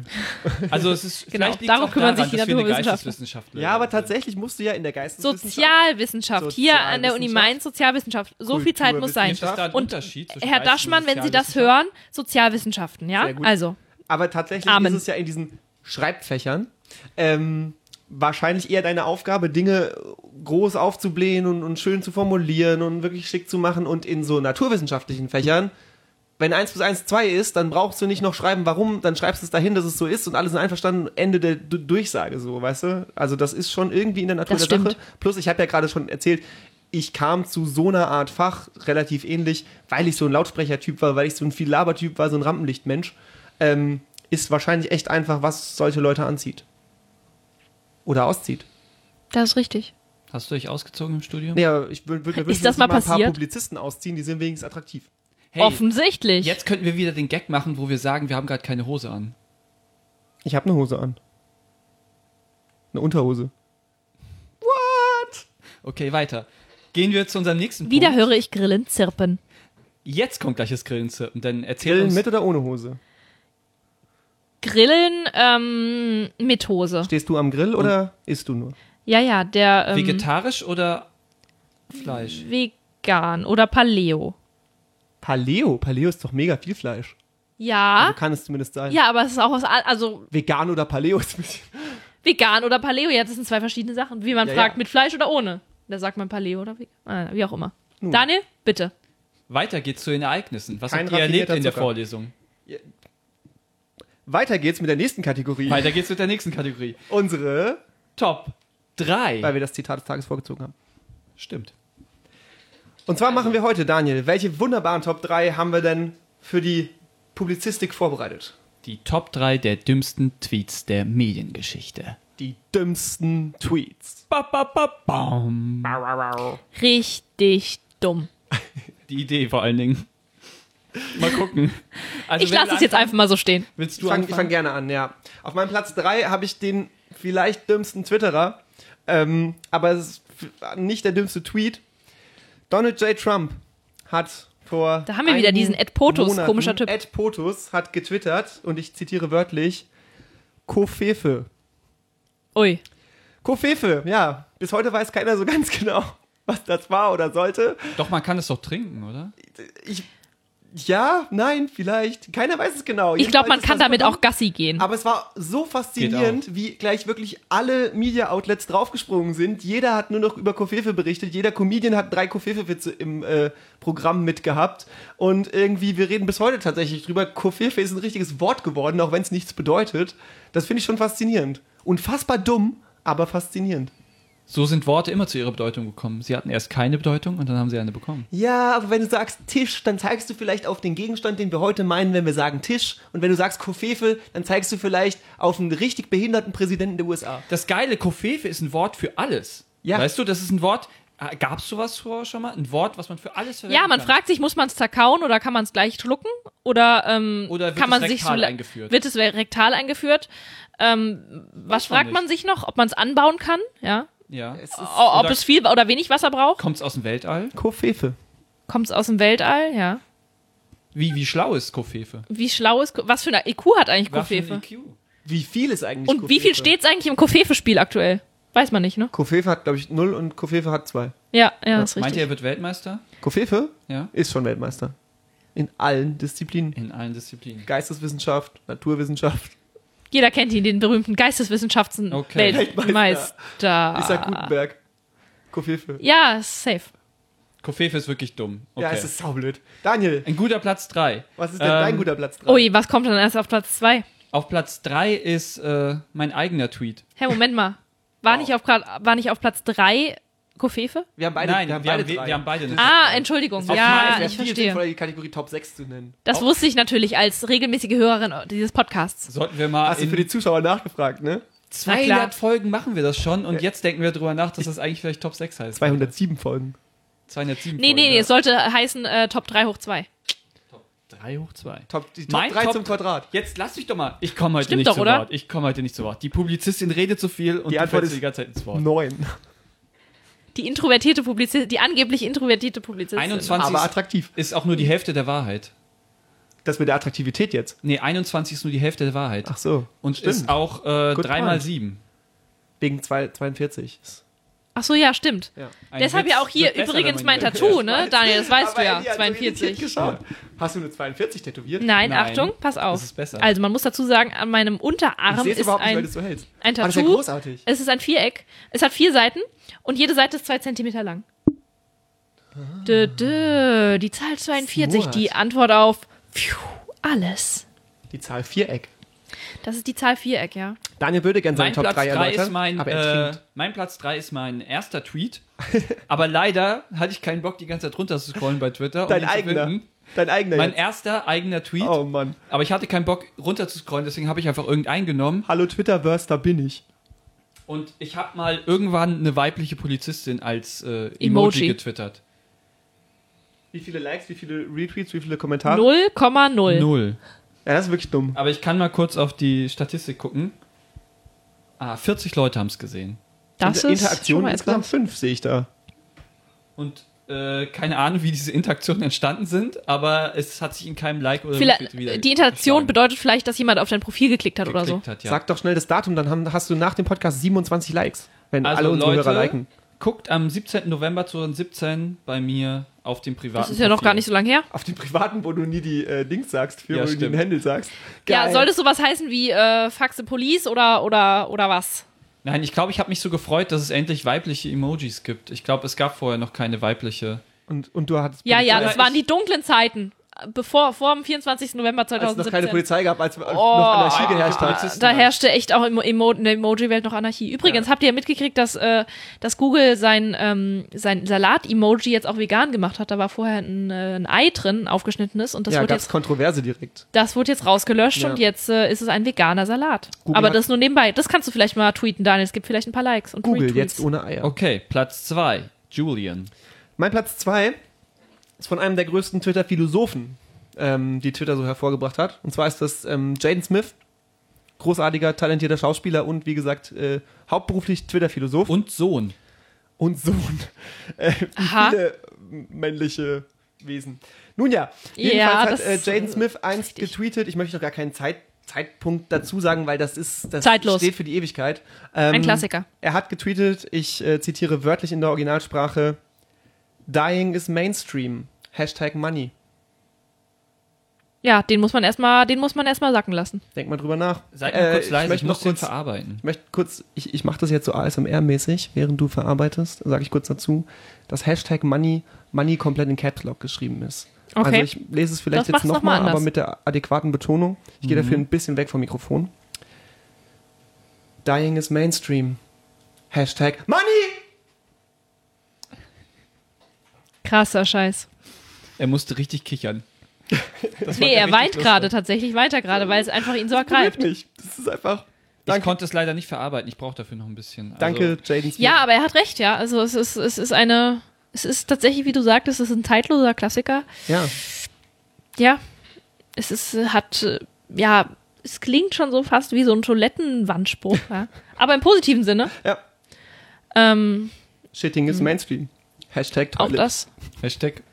Also es ist
Genau,
vielleicht liegt's
darum
auch
kümmern
daran,
sich die
dass wir eine
Naturwissenschaftler.
Geisteswissenschaftlerin
Ja, aber
sind.
tatsächlich musst du ja in der Geisteswissenschaft...
Sozialwissenschaft, hier an der Uni
Sozialwissenschaft.
Mainz Sozialwissenschaft. So viel Zeit muss sein.
Ist da ein
Und
Unterschied zwischen
Herr
Geistes- und
Daschmann, wenn Sie das
Sozialwissenschaften?
hören, Sozialwissenschaften, ja?
Sehr gut.
Also,
Aber tatsächlich
Amen.
ist es ja in diesen Schreibfächern ähm, wahrscheinlich eher deine Aufgabe, Dinge groß aufzublähen und, und schön zu formulieren und wirklich schick zu machen. Und in so naturwissenschaftlichen Fächern, wenn 1 plus 1 2 ist, dann brauchst du nicht noch schreiben, warum, dann schreibst du es dahin, dass es so ist und alle sind einverstanden, Ende der Du- Durchsage, so, weißt du? Also das ist schon irgendwie in der Natur
Das
der
stimmt.
Sache. Plus, ich habe ja gerade schon erzählt, ich kam zu so einer Art Fach relativ ähnlich, weil ich so ein Lautsprechertyp war, weil ich so ein viel Labertyp war, so ein Rampenlichtmensch. Ähm, ist wahrscheinlich echt einfach, was solche Leute anzieht. Oder auszieht.
das ist richtig.
Hast du dich ausgezogen im Studium?
Nee, aber ich würde würd mir wünschen,
das
dass
mal
mal ein paar
passiert?
Publizisten ausziehen, die sind wenigstens attraktiv.
Hey,
Offensichtlich.
jetzt könnten wir wieder den Gag machen, wo wir sagen, wir haben gerade keine Hose an.
Ich habe eine Hose an. Eine Unterhose.
Okay, weiter. Gehen wir zu unserem nächsten
Wieder
Punkt.
höre ich Grillen zirpen.
Jetzt kommt gleich das Grillenzirpen, denn erzähl
Grillen
uns...
mit oder ohne Hose?
Grillen ähm, mit Hose.
Stehst du am Grill oder isst du nur?
Ja, ja, der ähm,
Vegetarisch oder Fleisch?
vegan oder Paleo.
Paleo. Paleo ist doch mega viel Fleisch.
Ja,
So kann es zumindest sein.
Ah? ja, aber es ist auch was, an- also
Vegan oder Paleo ist ein bisschen.
vegan oder Paleo, ja, das sind zwei verschiedene Sachen. Wie man
Ja,
fragt,
ja.
mit Fleisch oder ohne. Da sagt man Paleo oder vegan, äh, wie auch immer. Daniel, bitte.
Weiter geht's zu den Ereignissen. Was
Kein
habt ihr erlebt
raffinierter
in der
Zucker.
Vorlesung?
Weiter geht's mit der nächsten Kategorie.
Weiter geht's mit der nächsten Kategorie.
Unsere,
Top
weil
3.
wir das Zitat des Tages vorgezogen haben.
Stimmt.
Und zwar machen wir heute, Daniel, welche wunderbaren Top 3 haben wir denn für die Publizistik vorbereitet?
Die Top 3 der dümmsten Tweets der Mediengeschichte.
Die dümmsten Tweets.
Ba, ba, ba, baum.
Richtig dumm.
Die Idee vor allen Dingen. Mal gucken. Also
ich
wer
lasse
will
es jetzt
anfangen?
einfach mal so stehen.
Willst
Ich
du
fange
anfangen?
fang gerne an, ja. Auf meinem Platz 3 habe ich den vielleicht dümmsten Twitterer, ähm, aber es ist f- nicht der dümmste Tweet. Donald J. Trump hat vor.
Da haben wir wieder
einigen
diesen Ed Potus,
Monaten-
komischer Typ.
Ed Potus hat getwittert, und ich zitiere wörtlich: Kofefe.
Ui.
Kofefe, ja. Bis heute weiß keiner so *laughs* ganz genau, was das war oder sollte.
Doch, man kann es doch trinken, oder?
Ich, ja, nein, vielleicht. Keiner weiß es genau.
Ich glaube,
Jedenfalls
man
ist
kann
das
damit
Produkt-
auch Gassi gehen.
Aber es war so faszinierend, wie gleich wirklich alle Media-Outlets draufgesprungen sind. Jeder hat nur noch über Kofefe berichtet. Jeder Comedian hat drei Kofefe-Witze im äh, Programm mitgehabt. Und irgendwie, wir reden bis heute tatsächlich drüber. Kofefe ist ein richtiges Wort geworden, auch wenn es nichts bedeutet. Das finde ich schon faszinierend. Unfassbar dumm, aber faszinierend.
So sind Worte immer zu ihrer Bedeutung gekommen. Sie hatten erst keine Bedeutung und dann haben sie eine bekommen.
Ja, aber wenn du sagst Tisch, dann zeigst du vielleicht auf den Gegenstand, den wir heute meinen, wenn wir sagen Tisch. Und wenn du sagst Kofefe, dann zeigst du vielleicht auf einen richtig behinderten Präsidenten der USA.
Das geile Kofefe ist ein Wort für alles.
Ja.
Weißt du, das ist ein Wort. äh, Gab's sowas vorher schon mal? Ein Wort, was man für alles verwendet?
ja, man fragt sich, muss man es zerkauen oder kann man es gleich schlucken? Oder, ähm,
Oder wird
kann man
es
sich
rektal
so, la-
eingeführt?
Wird es rektal eingefüht? Ähm, was
man
fragt man sich noch? Ob man es anbauen kann? Ja.
Ja.
Es ist
O- Ob
Oder-
es viel oder wenig Wasser braucht?
Kommt's aus dem Weltall?
Kofefe.
Kommt es aus dem Weltall? Ja.
Wie, wie schlau ist Kofefe?
Wie schlau ist, Ko- was für eine IQ hat eigentlich Kofefe?
Waffen- IQ.
Wie viel ist eigentlich
Und wie viel steht es eigentlich im Kofefe-Spiel aktuell? Weiß man nicht, ne?
Kofefe hat, glaube ich, 0 und Kofefe hat 2.
Ja, ja, das ist
Meint ihr,
richtig.
er wird Weltmeister?
Kofefe
Ja.
ist schon Weltmeister. In allen Disziplinen.
In allen Disziplinen.
Geisteswissenschaft, Naturwissenschaft.
Jeder kennt ihn, den berühmten
Okay.
*laughs*
Geisteswissenschaften-Weltmeister.
Isaac Gutenberg. Kofefe.
Ja, safe.
Kofefe ist Oh, wirklich dumm. Okay.
Ja, es ist saublöd. Daniel,
ein guter Platz 3.
was ist denn dein guter Platz dran?
Ui, was kommt dann erst auf Platz 2?
Auf Platz 3 ist äh, mein eigener Tweet.
Hä, Moment mal. War, nicht, auf, grad- war nicht auf Platz 3 Kofefe?
Wir haben beide,
Nein,
wir haben beide, drei.
wir haben beide eine
Ah, Entschuldigung. Ja,
Auf jeden Fall
ich
viel
verstehe.
sinnvoller, um die Kategorie Top 6 zu nennen.
Das wusste ich natürlich als regelmäßige Hörerin dieses Podcasts.
Sollten wir mal
Hast du
in
für die Zuschauer nachgefragt,
Na
ne?
200
klar.
Folgen machen wir das schon und jetzt denken wir drüber nach, dass das eigentlich vielleicht Top 6 heißt.
207 Folgen.
207
Nee,
Folgen.
nee, nee, es sollte heißen äh, Top 3 hoch 2.
3 hoch 2.
Top, die Top
Mein
3
Top-
zum Quadrat.
Jetzt lass mich doch mal. Ich komme heute
Stimmt
nicht
doch,
zu
oder?
Wort. Ich komme heute nicht zu Wort. Die Publizistin redet zu viel und
Die
du
Antwort
fällst
ist
die ganze Zeit ins Wort.
9.
Die introvertierte Publizistin, die angeblich introvertierte Publizistin.
21
Aber attraktiv.
ist auch nur die Hälfte der Wahrheit.
Das mit der Attraktivität jetzt.
Nee, 21 ist nur die Hälfte der Wahrheit.
Ach so.
und ist
stimmt.
auch äh,
Good
3
point.
mal 7.
Wegen zwei- 42.
Ach so, ja, stimmt.
Ja.
Deshalb ja auch hier übrigens mein Tattoo, ne? Daniel, das weißt du ja.
Ellie hat so irritiert
42.
geschaut. Hast du eine 42 tätowiert?
Nein,
Nein.
Achtung, pass auf.
Das ist besser.
Also man muss dazu sagen, an meinem
ich
Unterarm
sehe es
ist
überhaupt nicht, weil du
ein,
es so hältst.
ein
Aber das ist ja
Tattoo.
großartig.
es ist ein Viereck. Es hat vier Seiten und jede Seite ist zwei Zentimeter lang.
Ah.
Dö, dö, die Zahl 42,
Smart.
die Antwort auf pfiuh, alles.
Die Zahl Viereck.
Das ist die Zahl Viereck, ja.
Daniel würde gerne
Mein
seinen Top
Platz
3
3
erläutern,
ist mein,
aber er
äh,
trinkt.
mein Platz 3 ist mein erster
*laughs*
Tweet. aber leider hatte ich keinen Bock, die ganze Zeit runter zu scrollen bei Twitter. um
Dein
ihn zu
eigener.
finden.
Dein eigener
Mein
jetzt.
erster eigener Tweet.
Oh Mann.
Aber ich hatte keinen Bock, runter zu scrollen, deswegen habe ich einfach irgendeinen genommen.
Hallo Twitterverse, da bin ich.
Und ich habe mal irgendwann eine weibliche Polizistin als äh, Emoji,
Emoji.
getwittert.
Wie viele Likes, wie viele Retweets, wie viele Kommentare?
0,0.
Null.
Ja, das ist wirklich dumm.
Aber ich kann mal kurz auf die Statistik gucken. Ah, 40 Leute haben es gesehen.
Das
Inter-
ist schon
Interaktion
mal
insgesamt
etwas.
5 sehe ich da.
Und äh, keine Ahnung, wie diese Interaktionen entstanden sind, aber es hat sich in keinem Like oder Retweet wieder
Vielleicht, die Interaktion
geschlagen.
bedeutet vielleicht, dass jemand auf dein Profil geklickt hat oder so.
Geklickt Hat, ja.
Sag doch schnell das Datum, dann haben, hast du nach dem Podcast 27 Likes, wenn
Also,
alle unsere Hörer liken.
Also, guckt am 17. November 2017 bei mir auf dem privaten
Das ist ja noch
Profil.
gar nicht so lange her.
Auf den privaten, wo du nie die äh, Dings sagst, für
Ja,
wo du den
stimmt.
Händel sagst.
Ja,
Geil.
soll das sowas heißen wie äh, Faxe Police oder, oder, oder was?
Nein, ich glaube, ich habe mich so gefreut, dass es endlich weibliche Emojis gibt. Ich glaube, es gab vorher noch keine weibliche.
Und, und du hattest
Ja, ja,
Polizei-
das waren die dunklen Zeiten. Bevor, vor dem 24. November
als es noch keine
2017.
Polizei gab, als noch Anarchie
ah,
geherrscht hat.
Polizisten
Da
waren.
herrschte echt auch im Emo in der Emoji-Welt noch Anarchie. Übrigens, habt ihr ja mitgekriegt, dass, äh, dass Google sein, ähm, sein Salat-Emoji jetzt auch vegan gemacht hat. Da war vorher ein, äh, ein Ei drin, ein aufgeschnittenes. Und das,
Ja,
wurde,
gab es
jetzt,
Kontroverse direkt.
das wurde jetzt rausgelöscht
Ja.
und jetzt äh, ist es ein veganer Salat.
Google
Aber
hat-
das nur nebenbei. Das kannst du vielleicht mal tweeten, Daniel. Es gibt vielleicht ein paar Likes und
Google,
Retweets.
jetzt ohne Eier.
Okay, Platz 2, Julian.
Mein Platz 2 ist von einem der größten Twitter-Philosophen, ähm, die Twitter so hervorgebracht hat. Und zwar ist das ähm, Jaden Smith, großartiger, talentierter Schauspieler und wie gesagt äh, hauptberuflich Twitter-Philosoph
Und Sohn.
und Sohn. Äh, wie
Aha.
viele männliche Wesen. Nun ja,
Ja,
jedenfalls
das-
hat äh, Jaden Smith einst
richtig.
getweetet. Ich möchte noch gar keinen Zeit, Zeitpunkt dazu sagen, weil das ist das
Zeitlos.
steht für die Ewigkeit. Ähm,
Ein Klassiker.
Er hat getweetet, ich äh, zitiere wörtlich in der Originalsprache: Dying is Mainstream. Hashtag Money.
Ja, den muss man erstmal, den muss man erstmal sacken lassen.
Denk mal drüber nach.
Seid mal kurz
Äh, ich
leise, ich,
möchte
muss
noch
den
kurz-
verarbeiten.
Ich möchte kurz, ich, ich mache das jetzt so ASMR-mäßig, während du verarbeitest, sage ich kurz dazu, dass Hashtag Money, Money komplett in Caps Lock geschrieben ist.
Okay.
Also ich lese es vielleicht
Das mach's
jetzt
noch mal
nochmal, aber
anders.
mit der adäquaten Betonung. Ich gehe dafür ein bisschen weg vom Mikrofon. Dying is Mainstream. Hashtag Money!
Krasser Scheiß.
Er musste richtig kichern.
Nee, er
richtig
weint
lustig.
gerade tatsächlich, weint er gerade, weil es einfach ihn so
Greift
ergreift.
nicht. Das ist einfach.
Ich
Danke,
konnte es leider nicht verarbeiten. Ich brauche dafür noch ein bisschen. Also,
danke Jaden Smith.
Ja, aber er hat recht, ja. Also es ist, es ist eine, es ist tatsächlich, wie du sagtest, es ist ein zeitloser Klassiker.
ja.
Ja, es ist, äh, hat, äh, ja, es klingt schon so fast wie so ein Toilettenwandspruch, ja. Aber im positiven Sinne.
Ja.
Ähm,
Shitting is Mainstream. Hashtag
auch
Toilet.
das.
Hashtag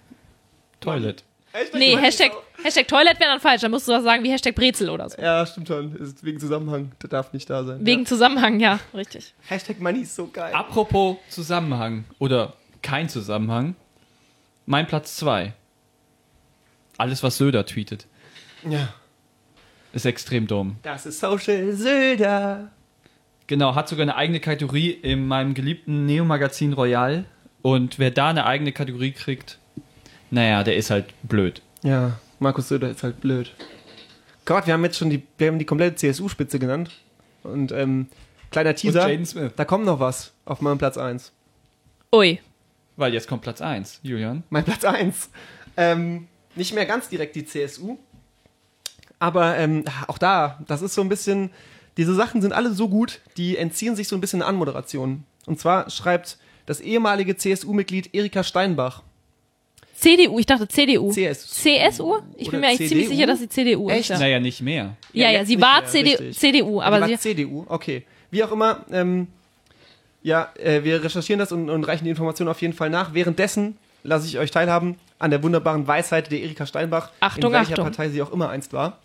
Toilet.
Hashtag
Nee,
Money.
Hashtag, Hashtag Toilet wäre dann falsch. Dann musst du was sagen wie Hashtag Brezel oder so.
Ja, stimmt schon. Ist wegen Zusammenhang. Der darf nicht da sein.
Wegen Zusammenhang, ja, richtig.
ja. Hashtag Money ist so geil.
Apropos Zusammenhang oder kein Zusammenhang. Mein Platz 2. Alles, was Söder tweetet,
Ja.
ist extrem dumm.
Das ist Social Söder.
Genau, hat sogar eine eigene Kategorie in meinem geliebten Neo-Magazin Royal. Und wer da eine eigene Kategorie kriegt, naja, der ist halt blöd.
Ja, Markus Söder ist halt blöd. Gott, wir haben jetzt schon die, wir haben die komplette CSU-Spitze genannt. Und ähm, kleiner Teaser,
Jaden Smith.
da kommt noch was auf meinem Platz 1.
Ui.
Weil jetzt kommt Platz 1, Julian.
Mein Platz 1. Ähm, nicht mehr ganz direkt die CSU. Aber ähm, auch da, das ist so ein bisschen, diese Sachen sind alle so gut, die entziehen sich so ein bisschen der Anmoderation. Und zwar schreibt das ehemalige CSU-Mitglied Erika Steinbach.
CDU, ich dachte CDU.
CSU.
CSU? Ich
Oder
bin mir eigentlich ziemlich
CDU?
sicher, dass sie CDU
Echt?
ist. Ja,
Naja, nicht mehr.
ja,
Ja,
ja
jetzt
sie
nicht
war
mehr,
CD,
richtig.
CDU, aber
die
sie,
war CDU, okay. Wie auch immer, ähm, ja, äh, wir recherchieren das und, und reichen die Informationen auf jeden Fall nach. Währenddessen lasse ich euch teilhaben an der wunderbaren Weisheit der Erika Steinbach,
Achtung,
in welcher
Achtung.
Partei sie auch immer einst war.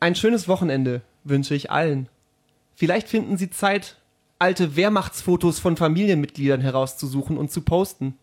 Ein schönes Wochenende wünsche ich allen. Vielleicht finden Sie Zeit, alte Wehrmachtsfotos von Familienmitgliedern herauszusuchen und zu posten.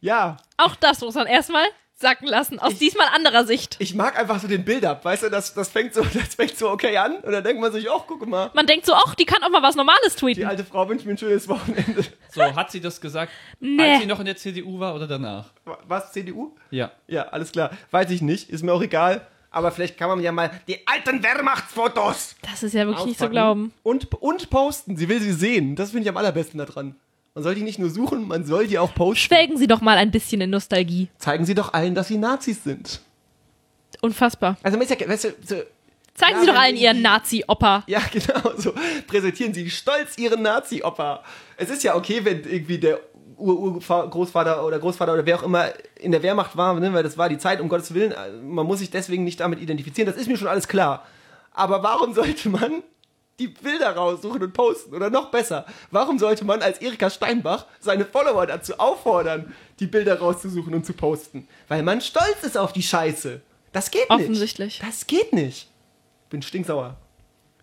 Ja,
auch das muss man erstmal sacken lassen, aus diesmal anderer Sicht.
ich mag einfach so den Build-up, weißt du, das, das, fängt so, *laughs* das fängt so okay an und dann denkt man sich, oh, guck mal,
Man denkt so, ach, die kann auch mal was Normales
die
tweeten.
alte Frau wünscht mir ein schönes *laughs* Wochenende.
*laughs*
So, hat sie das gesagt,
Nee.
als sie noch in der CDU war oder danach?
Was, CDU?
Ja.
Ja, alles klar, weiß ich nicht, ist mir auch egal, aber vielleicht kann man ja mal die alten Wehrmachtsfotos
Das ist ja wirklich nicht zu
auspacken
glauben.
Und, und posten, sie will sie sehen, das finde ich am allerbesten daran. Man soll die nicht nur suchen, man soll die auch posten.
Schwelgen Sie doch mal ein bisschen in Nostalgie.
Zeigen sie doch allen, dass sie Nazis sind.
Unfassbar.
Also, man ist ja, weißt du, so,
Zeigen
Ja,
Sie doch
wenn
allen
die-
Ihren Nazi-Opper.
Ja, genau so. Präsentieren Sie stolz Ihren Nazi-Opfer. Es ist ja okay, wenn irgendwie der Ur-Großvater oder Großvater oder wer auch immer in der Wehrmacht war, ne, weil das war die Zeit, um Gottes Willen. Man muss sich deswegen nicht damit identifizieren, das ist mir schon alles klar. Aber warum sollte man die Bilder raussuchen und posten? Oder noch besser, warum sollte man als Erika Steinbach seine Follower dazu auffordern, die Bilder rauszusuchen und zu posten? Weil man stolz ist auf die Scheiße. Das geht nicht.
Offensichtlich.
Das geht nicht. Bin stinksauer.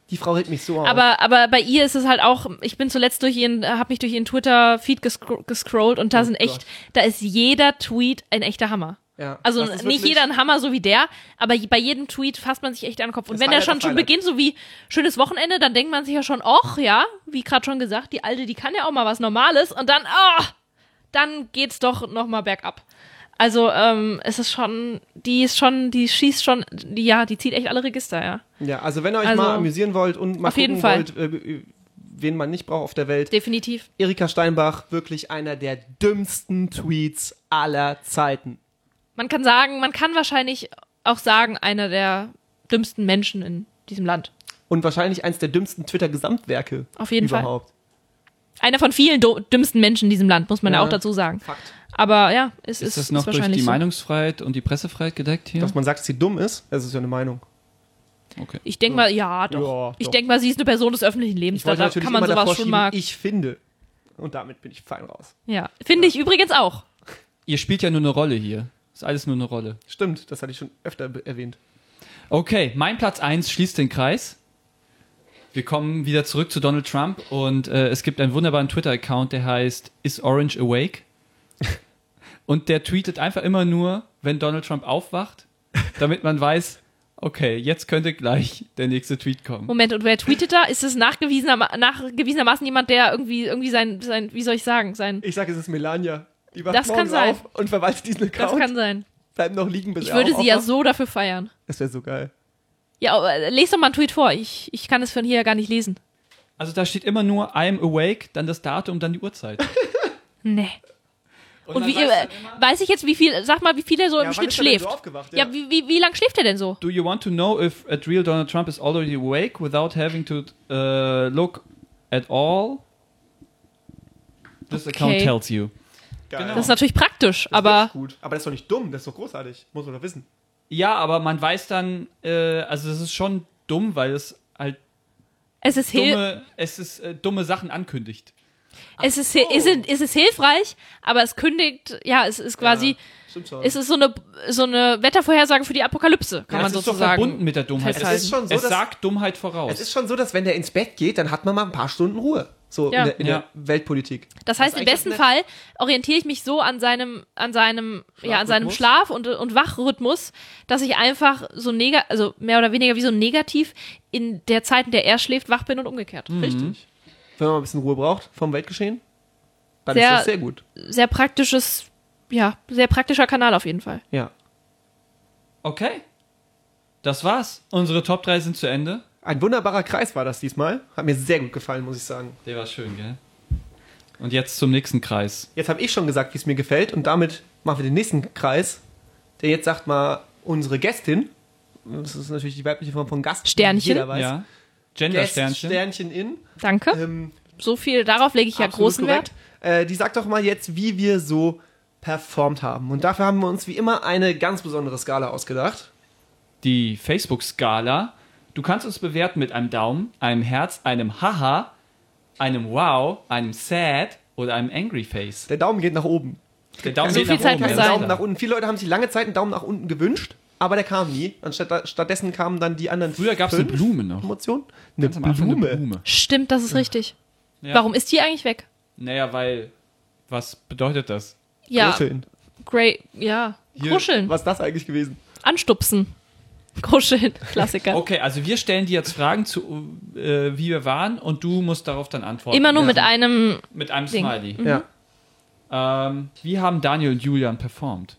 Die Frau hält mich so auf.
Aber, aber bei ihr ist es halt auch, ich bin zuletzt durch ihren, habe mich durch ihren Twitter-Feed gescro gescrollt und da sind echt,
Oh Gott.
da ist jeder Tweet ein echter Hammer.
Ja,
also
das ist
nicht
wirklich-
jeder ein Hammer, so wie der, aber je- bei jedem Tweet fasst man sich echt an den Kopf. Und
Das
wenn er
Highlight,
schon,
das
schon
Highlight.
beginnt, so wie schönes Wochenende, dann denkt man sich ja schon, och ja, wie gerade schon gesagt, die Alte, die kann ja auch mal was Normales und dann, oh, dann geht's doch nochmal bergab. Also ähm, es ist schon, die ist schon, die schießt schon, die, ja, die zieht echt alle Register, ja.
ja, also wenn ihr euch
Also-
mal amüsieren wollt und mal
Auf jeden
gucken
Fall.
wollt, äh, wen man nicht braucht auf der Welt.
Definitiv.
Erika Steinbach, wirklich einer der dümmsten Tweets aller Zeiten.
Man kann sagen, man kann wahrscheinlich auch sagen, einer der dümmsten Menschen in diesem Land.
Und wahrscheinlich eins der dümmsten Twitter-Gesamtwerke.
Auf jeden Fall.
überhaupt.
Einer von vielen do- dümmsten Menschen in diesem Land, muss man ja,
Ja.
auch dazu sagen.
Fakt.
Aber ja, es ist,
Ist das noch
ist
durch
wahrscheinlich
die
so.
Meinungsfreiheit und die Pressefreiheit gedeckt hier?
Dass man sagt, dass sie dumm ist, das ist ja eine Meinung.
Okay.
Ich denke mal, ja, doch.
Ja,
ich
doch.
denke mal, sie ist eine Person des öffentlichen Lebens.
Ich
Da
wollte
da
natürlich
kann man
immer davor
sowas schon
schieben,
mal.
ich finde. Und damit bin ich fein raus.
ja, finde ich übrigens auch.
Ihr spielt ja nur eine Rolle hier. Ist alles nur eine Rolle.
Stimmt, das hatte ich schon öfter be- erwähnt.
Okay, mein Platz 1 schließt den Kreis. Wir kommen wieder zurück zu Donald Trump und äh, es gibt einen wunderbaren Twitter-Account, der heißt Is Orange Awake? Und der tweetet einfach immer nur, wenn Donald Trump aufwacht, damit man weiß, okay, jetzt könnte gleich der nächste Tweet kommen.
Moment, und wer tweetet da? Ist es nachgewiesener, nachgewiesenermaßen jemand, der irgendwie, irgendwie sein, sein, wie soll ich sagen, sein.
Ich sage, es ist Melania. Die wacht
Das kann
morgens
sein.
auf und verwaltet diesen
Das
Account.
kann sein.
Bleiben noch liegen, bis
Ich
er
würde
auch
sie ja
aufwacht.
so dafür feiern.
Das wäre so geil.
Ja, aber äh, lest doch mal einen Tweet vor. Ich, ich kann es von hier ja gar nicht lesen.
Also da steht immer nur I'm awake, dann das Datum, dann die Uhrzeit.
Nee. Und,
dann
wie,
weiß
äh,
dann immer,
weiß ich jetzt, wie viel, sag mal, wie viel er so im Schnitt schläft.
aufgewacht?
ja, wie, wie, wie lang schläft er denn so?
Do you want to know if a real Donald Trump is already awake without having to uh, look at all? This account
Okay.
tells you.
Geil.
genau.
Das ist natürlich praktisch,
Das
aber
ist gut. aber das ist doch nicht dumm, das ist doch großartig. Muss man doch wissen.
Ja, aber man weiß dann, äh, also das ist schon dumm, weil es halt
es ist, hil
dumme, es ist, äh, dumme Sachen ankündigt.
es, ist, hil- es, ist, es ist hilfreich, aber es kündigt, ja, es ist quasi,
Ja, stimmt schon.
es ist so eine, so eine Wettervorhersage für die Apokalypse, kann
Ja,
man
es ist doch
sozusagen.
verbunden mit der Dummheit.
festhalten.
Es ist schon so,
es
dass-
sagt Dummheit voraus.
Es ist schon so, dass wenn der ins Bett geht, dann hat man mal ein paar Stunden Ruhe. So
Ja.
in, der, in
Ja.
der Weltpolitik.
Das heißt,
Das
im
ist eigentlich
besten
das
Fall orientiere ich mich so an seinem, an seinem, ja, an seinem
Schlafrhythmus?
Schlaf und, und Wachrhythmus, dass ich einfach so nega, also mehr oder weniger wie so negativ in der Zeit, in der er schläft, wach bin und umgekehrt.
Richtig. Wenn man ein bisschen Ruhe braucht vom Weltgeschehen, dann
Sehr-
ist das sehr gut.
Sehr praktisches, ja, sehr praktischer Kanal auf jeden Fall.
Ja.
okay. Das war's. Unsere Top 3 sind zu Ende.
Ein wunderbarer Kreis war das diesmal. Hat mir sehr gut gefallen, muss ich sagen.
Der war schön, gell? Und jetzt zum nächsten Kreis.
Jetzt habe ich schon gesagt, wie es mir gefällt und damit machen wir den nächsten Kreis, der jetzt sagt mal unsere Gästin. Das ist natürlich die weibliche Form von Gast.
Sternchen.
Jeder weiß.
Ja.
Gäst,
Gender-Sternchen.
Sternchen in.
Danke.
Ähm,
so viel, darauf lege ich ja
absolut
großen
korrekt.
Wert.
Äh, die sagt doch mal jetzt, wie wir so performt haben. Und dafür haben wir uns wie immer eine ganz besondere Skala ausgedacht.
die Facebook-Skala. Du kannst uns bewerten mit einem Daumen, einem Herz, einem Haha, einem Wow, einem Sad oder einem Angry Face.
Der Daumen geht nach oben.
Der Daumen
So
Also
geht
viel
nach
Zeit
oben.
muss
Kein
ja.
sein.
Daumen nach unten. Viele Leute haben sich lange Zeit einen Daumen nach unten gewünscht, aber der kam nie. Anstatt, stattdessen kamen dann die anderen.
Früher gab's
fünf
eine Blume noch.
Emotionen. Eine
Ganz am Anfang
Blume.
eine Blume.
Stimmt, das ist
Hm.
richtig.
Ja.
Warum ist die eigentlich weg?
Naja, weil, was bedeutet das?
Ja,
Kuscheln.
Grey, ja, Kruscheln,
Was ist das eigentlich gewesen?
anstupsen. *laughs* Kruscheln, Klassiker.
Oh,
Okay, also wir stellen dir jetzt Fragen zu, äh, wie wir waren und du musst darauf dann
oh,
antworten.
Immer nur
Ja.
mit einem
mit einem
Ding. Mhm.
Smiley.
Ja.
Ähm, wie haben Daniel und Julian performt?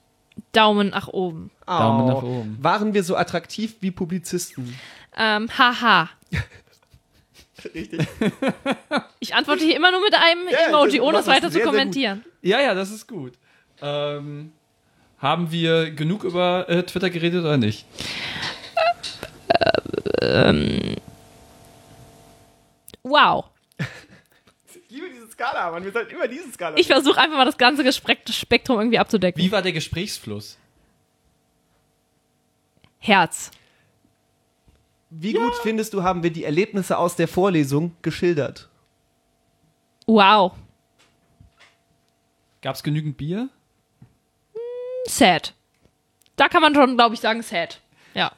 Daumen nach oben.
Daumen
Au.
nach oben.
Waren wir so attraktiv wie Publizisten?
Ähm, haha.
*laughs* Richtig.
Ich antworte hier immer nur mit einem Emoji,
das-
ohne
das
es weiter zu
ist sehr, sehr
kommentieren.
Ja, ja, das ist gut. Ähm, haben wir genug über äh, Twitter geredet oder nicht?
Wow.
Ich liebe diese Skala, Mann. Wir sollten immer diese Skala.
Ich versuche einfach mal das ganze Gespre- Spektrum irgendwie abzudecken.
Wie war der Gesprächsfluss?
Herz.
Wie gut findest du, haben wir die Erlebnisse aus der Vorlesung geschildert?
Wow.
Gab es genügend Bier?
Sad. Da kann man schon, glaube ich, sagen, sad. Ja,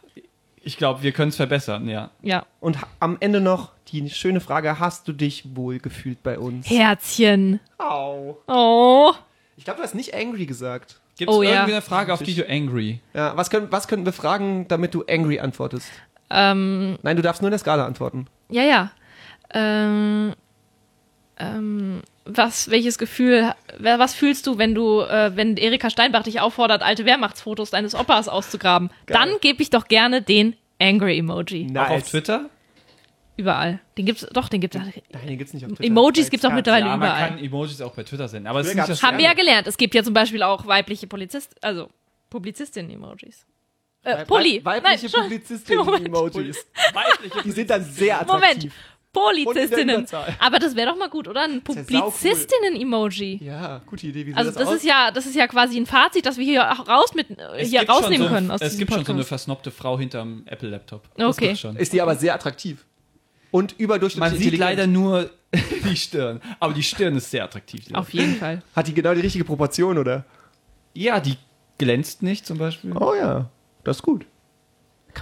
Ich glaube, wir können es verbessern, ja.
ja.
Und ha- am Ende noch die schöne Frage: Hast du dich wohl gefühlt bei uns?
Herzchen.
Au.
Oh.
Ich glaube, du hast nicht angry gesagt.
Gibt es
Oh, ja.
irgendwie eine Frage, auf die du angry?
Ja, was, können, was könnten wir fragen, damit du angry antwortest?
Ähm,
Nein, du darfst nur in der Skala antworten.
ja, ja. Ähm, ähm, was, welches Gefühl, wer- was fühlst du, wenn du, äh, wenn Erika Steinbach dich auffordert, alte Wehrmachtsfotos deines Opas auszugraben? Dann gebe ich doch gerne den Angry Emoji.
Auch auf Twitter?
Überall. Den gibt's, doch, den gibt's.
Nein, den gibt's nicht auf Twitter.
Emojis gibt's auch mittlerweile
ja, man
überall.
kann Emojis auch bei Twitter senden, aber es ist
Früher
nicht das
gab's
Haben wir ja gelernt. Es gibt ja zum Beispiel auch weibliche Polizist, also Publizistinnen-Emojis. Äh, Poli.
Weib- Weibliche
Nein, schon-
Publizistinnen-Emojis.
*laughs*
Weibliche-
Die sind dann sehr
Moment.
attraktiv. Und in der
Polizistinnen.
Überzahl.
Aber das wäre doch mal gut, oder? Ein
Das wär saucool.
Publizistinnen-Emoji.
Ja, gute Idee. Wie sieht
Also
das,
das
aus?
ist ja, das ist ja quasi ein Fazit, das wir hier auch raus mit, äh,
Es
hier
gibt schon
rausnehmen
so,
können aus
Es
diesem
gibt schon so eine
Podcast.
versnobte Frau hinterm Apple-Laptop. Das
Okay.
gibt's Schon.
Ist die aber sehr attraktiv. Und überdurchschnittlich
Man sieht
intelligent.
leider nur *laughs* die Stirn, aber die Stirn ist sehr attraktiv. die
Auf jeden Fall.
Hat die genau die richtige Proportion, oder?
Ja, die glänzt nicht zum Beispiel.
Oh ja, das ist gut.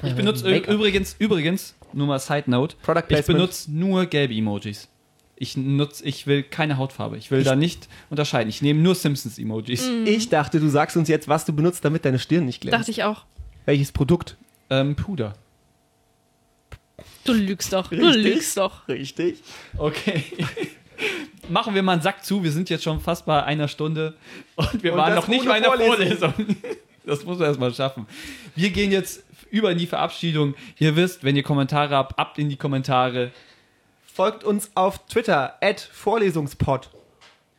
ich benutze ü- übrigens, übrigens, nur mal Side Note,
Äh, Product
ich
Placement.
benutze nur gelbe Emojis. Ich nutz, ich will keine Hautfarbe. Ich will da nicht unterscheiden. Ich nehme nur Simpsons-Emojis.
Hm.
Ich dachte, du sagst uns jetzt, was du benutzt, damit deine Stirn nicht glänzt.
Dachte ich auch.
Welches Produkt?
Ähm, Puder.
Du lügst doch. Du
Richtig.
lügst doch.
Richtig.
Okay. *laughs* Machen wir mal einen Sack zu. Wir sind jetzt schon fast bei einer Stunde und wir
Und
waren
das
noch nicht bei
ohne
einer Vorlesung. *laughs* Das muss man erstmal schaffen. Wir gehen jetzt über in die Verabschiedung. Ihr wisst, wenn ihr Kommentare habt, ab in die Kommentare.
Folgt uns auf Twitter, at Vorlesungspod.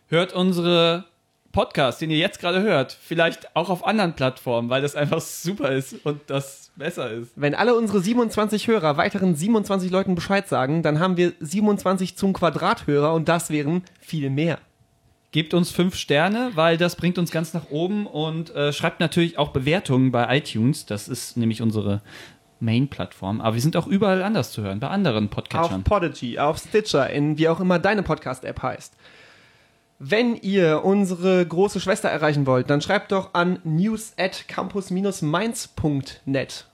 Hört unsere Podcast, den ihr jetzt gerade hört, vielleicht auch auf anderen Plattformen, weil das einfach super ist und das besser ist.
Wenn alle unsere 27 Hörer weiteren 27 Leuten Bescheid sagen, dann haben wir 27 zum Quadrathörer und das wären viel mehr.
Gebt uns fünf Sterne, weil das bringt uns ganz nach oben und äh, schreibt natürlich auch Bewertungen bei iTunes. Das ist nämlich unsere Main-Plattform. Aber wir sind auch überall anders zu hören, bei anderen Podcatchern.
Auf Podigy, auf Stitcher, in wie auch immer deine Podcast-App heißt. Wenn ihr unsere große Schwester erreichen wollt, dann schreibt doch an news at campus-mainz.net.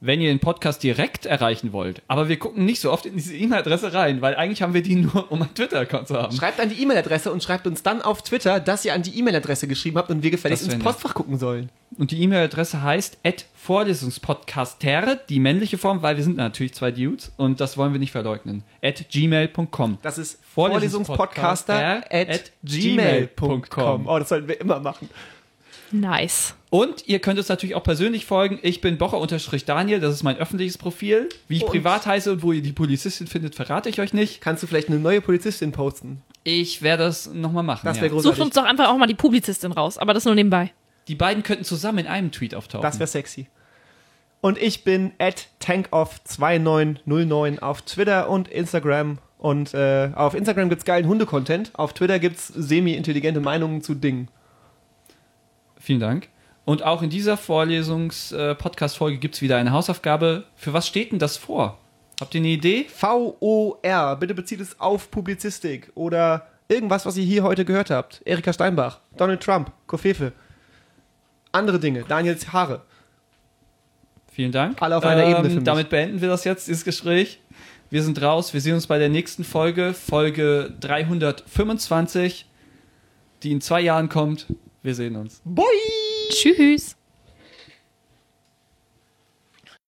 Wenn ihr den Podcast direkt erreichen wollt, aber wir gucken nicht so oft in diese E-Mail-Adresse rein, weil eigentlich haben wir die nur, um einen Twitter-Account zu haben.
Schreibt an die E-Mail-Adresse und schreibt uns dann auf Twitter, dass ihr an die E-Mail-Adresse geschrieben habt und wir gefälligst
Das wär
ins
nett.
Postfach gucken sollen.
Und die E-Mail-Adresse heißt vorlesungspodcaster, die männliche Form, weil wir sind natürlich zwei Dudes und das wollen wir nicht verleugnen. at gmail.com.
Das ist
Vorlesungspodcaster
vorlesungspodcaster at gmail.com. Oh, das sollten wir immer machen.
Nice.
Und ihr könnt uns natürlich auch persönlich folgen. Ich bin Bocher-Daniel, das ist mein öffentliches Profil. Wie ich
Und-
privat heiße und wo ihr die Polizistin findet, verrate ich euch nicht.
Kannst du vielleicht eine neue Polizistin posten?
Ich werde das nochmal machen.
Das
ja.
wäre
Sucht
großartig.
uns doch einfach auch mal die Publizistin raus, aber das nur nebenbei.
Die beiden könnten zusammen in einem Tweet auftauchen.
Das wäre sexy. Und ich bin at tankoff2909 auf Twitter und Instagram. Und äh, auf Instagram gibt's geilen Hunde-Content. Auf Twitter gibt's semi-intelligente Meinungen zu Dingen.
Vielen Dank. Und auch in dieser Vorlesungs-Podcast-Folge gibt es wieder eine Hausaufgabe. Für was steht denn das vor? Habt ihr eine Idee?
VOR, bitte bezieht es auf Publizistik oder irgendwas, was ihr hier heute gehört habt. Erika Steinbach, Donald Trump, Kofefe. Andere Dinge, Daniels Haare.
Vielen Dank. Ähm,
Alle auf einer Ebene für mich.
Damit beenden wir das jetzt, dieses Gespräch. Wir sind raus. Wir sehen uns bei der nächsten Folge, Folge 325, die in zwei Jahren kommt. Wir sehen uns.
Boi!
Tschüss.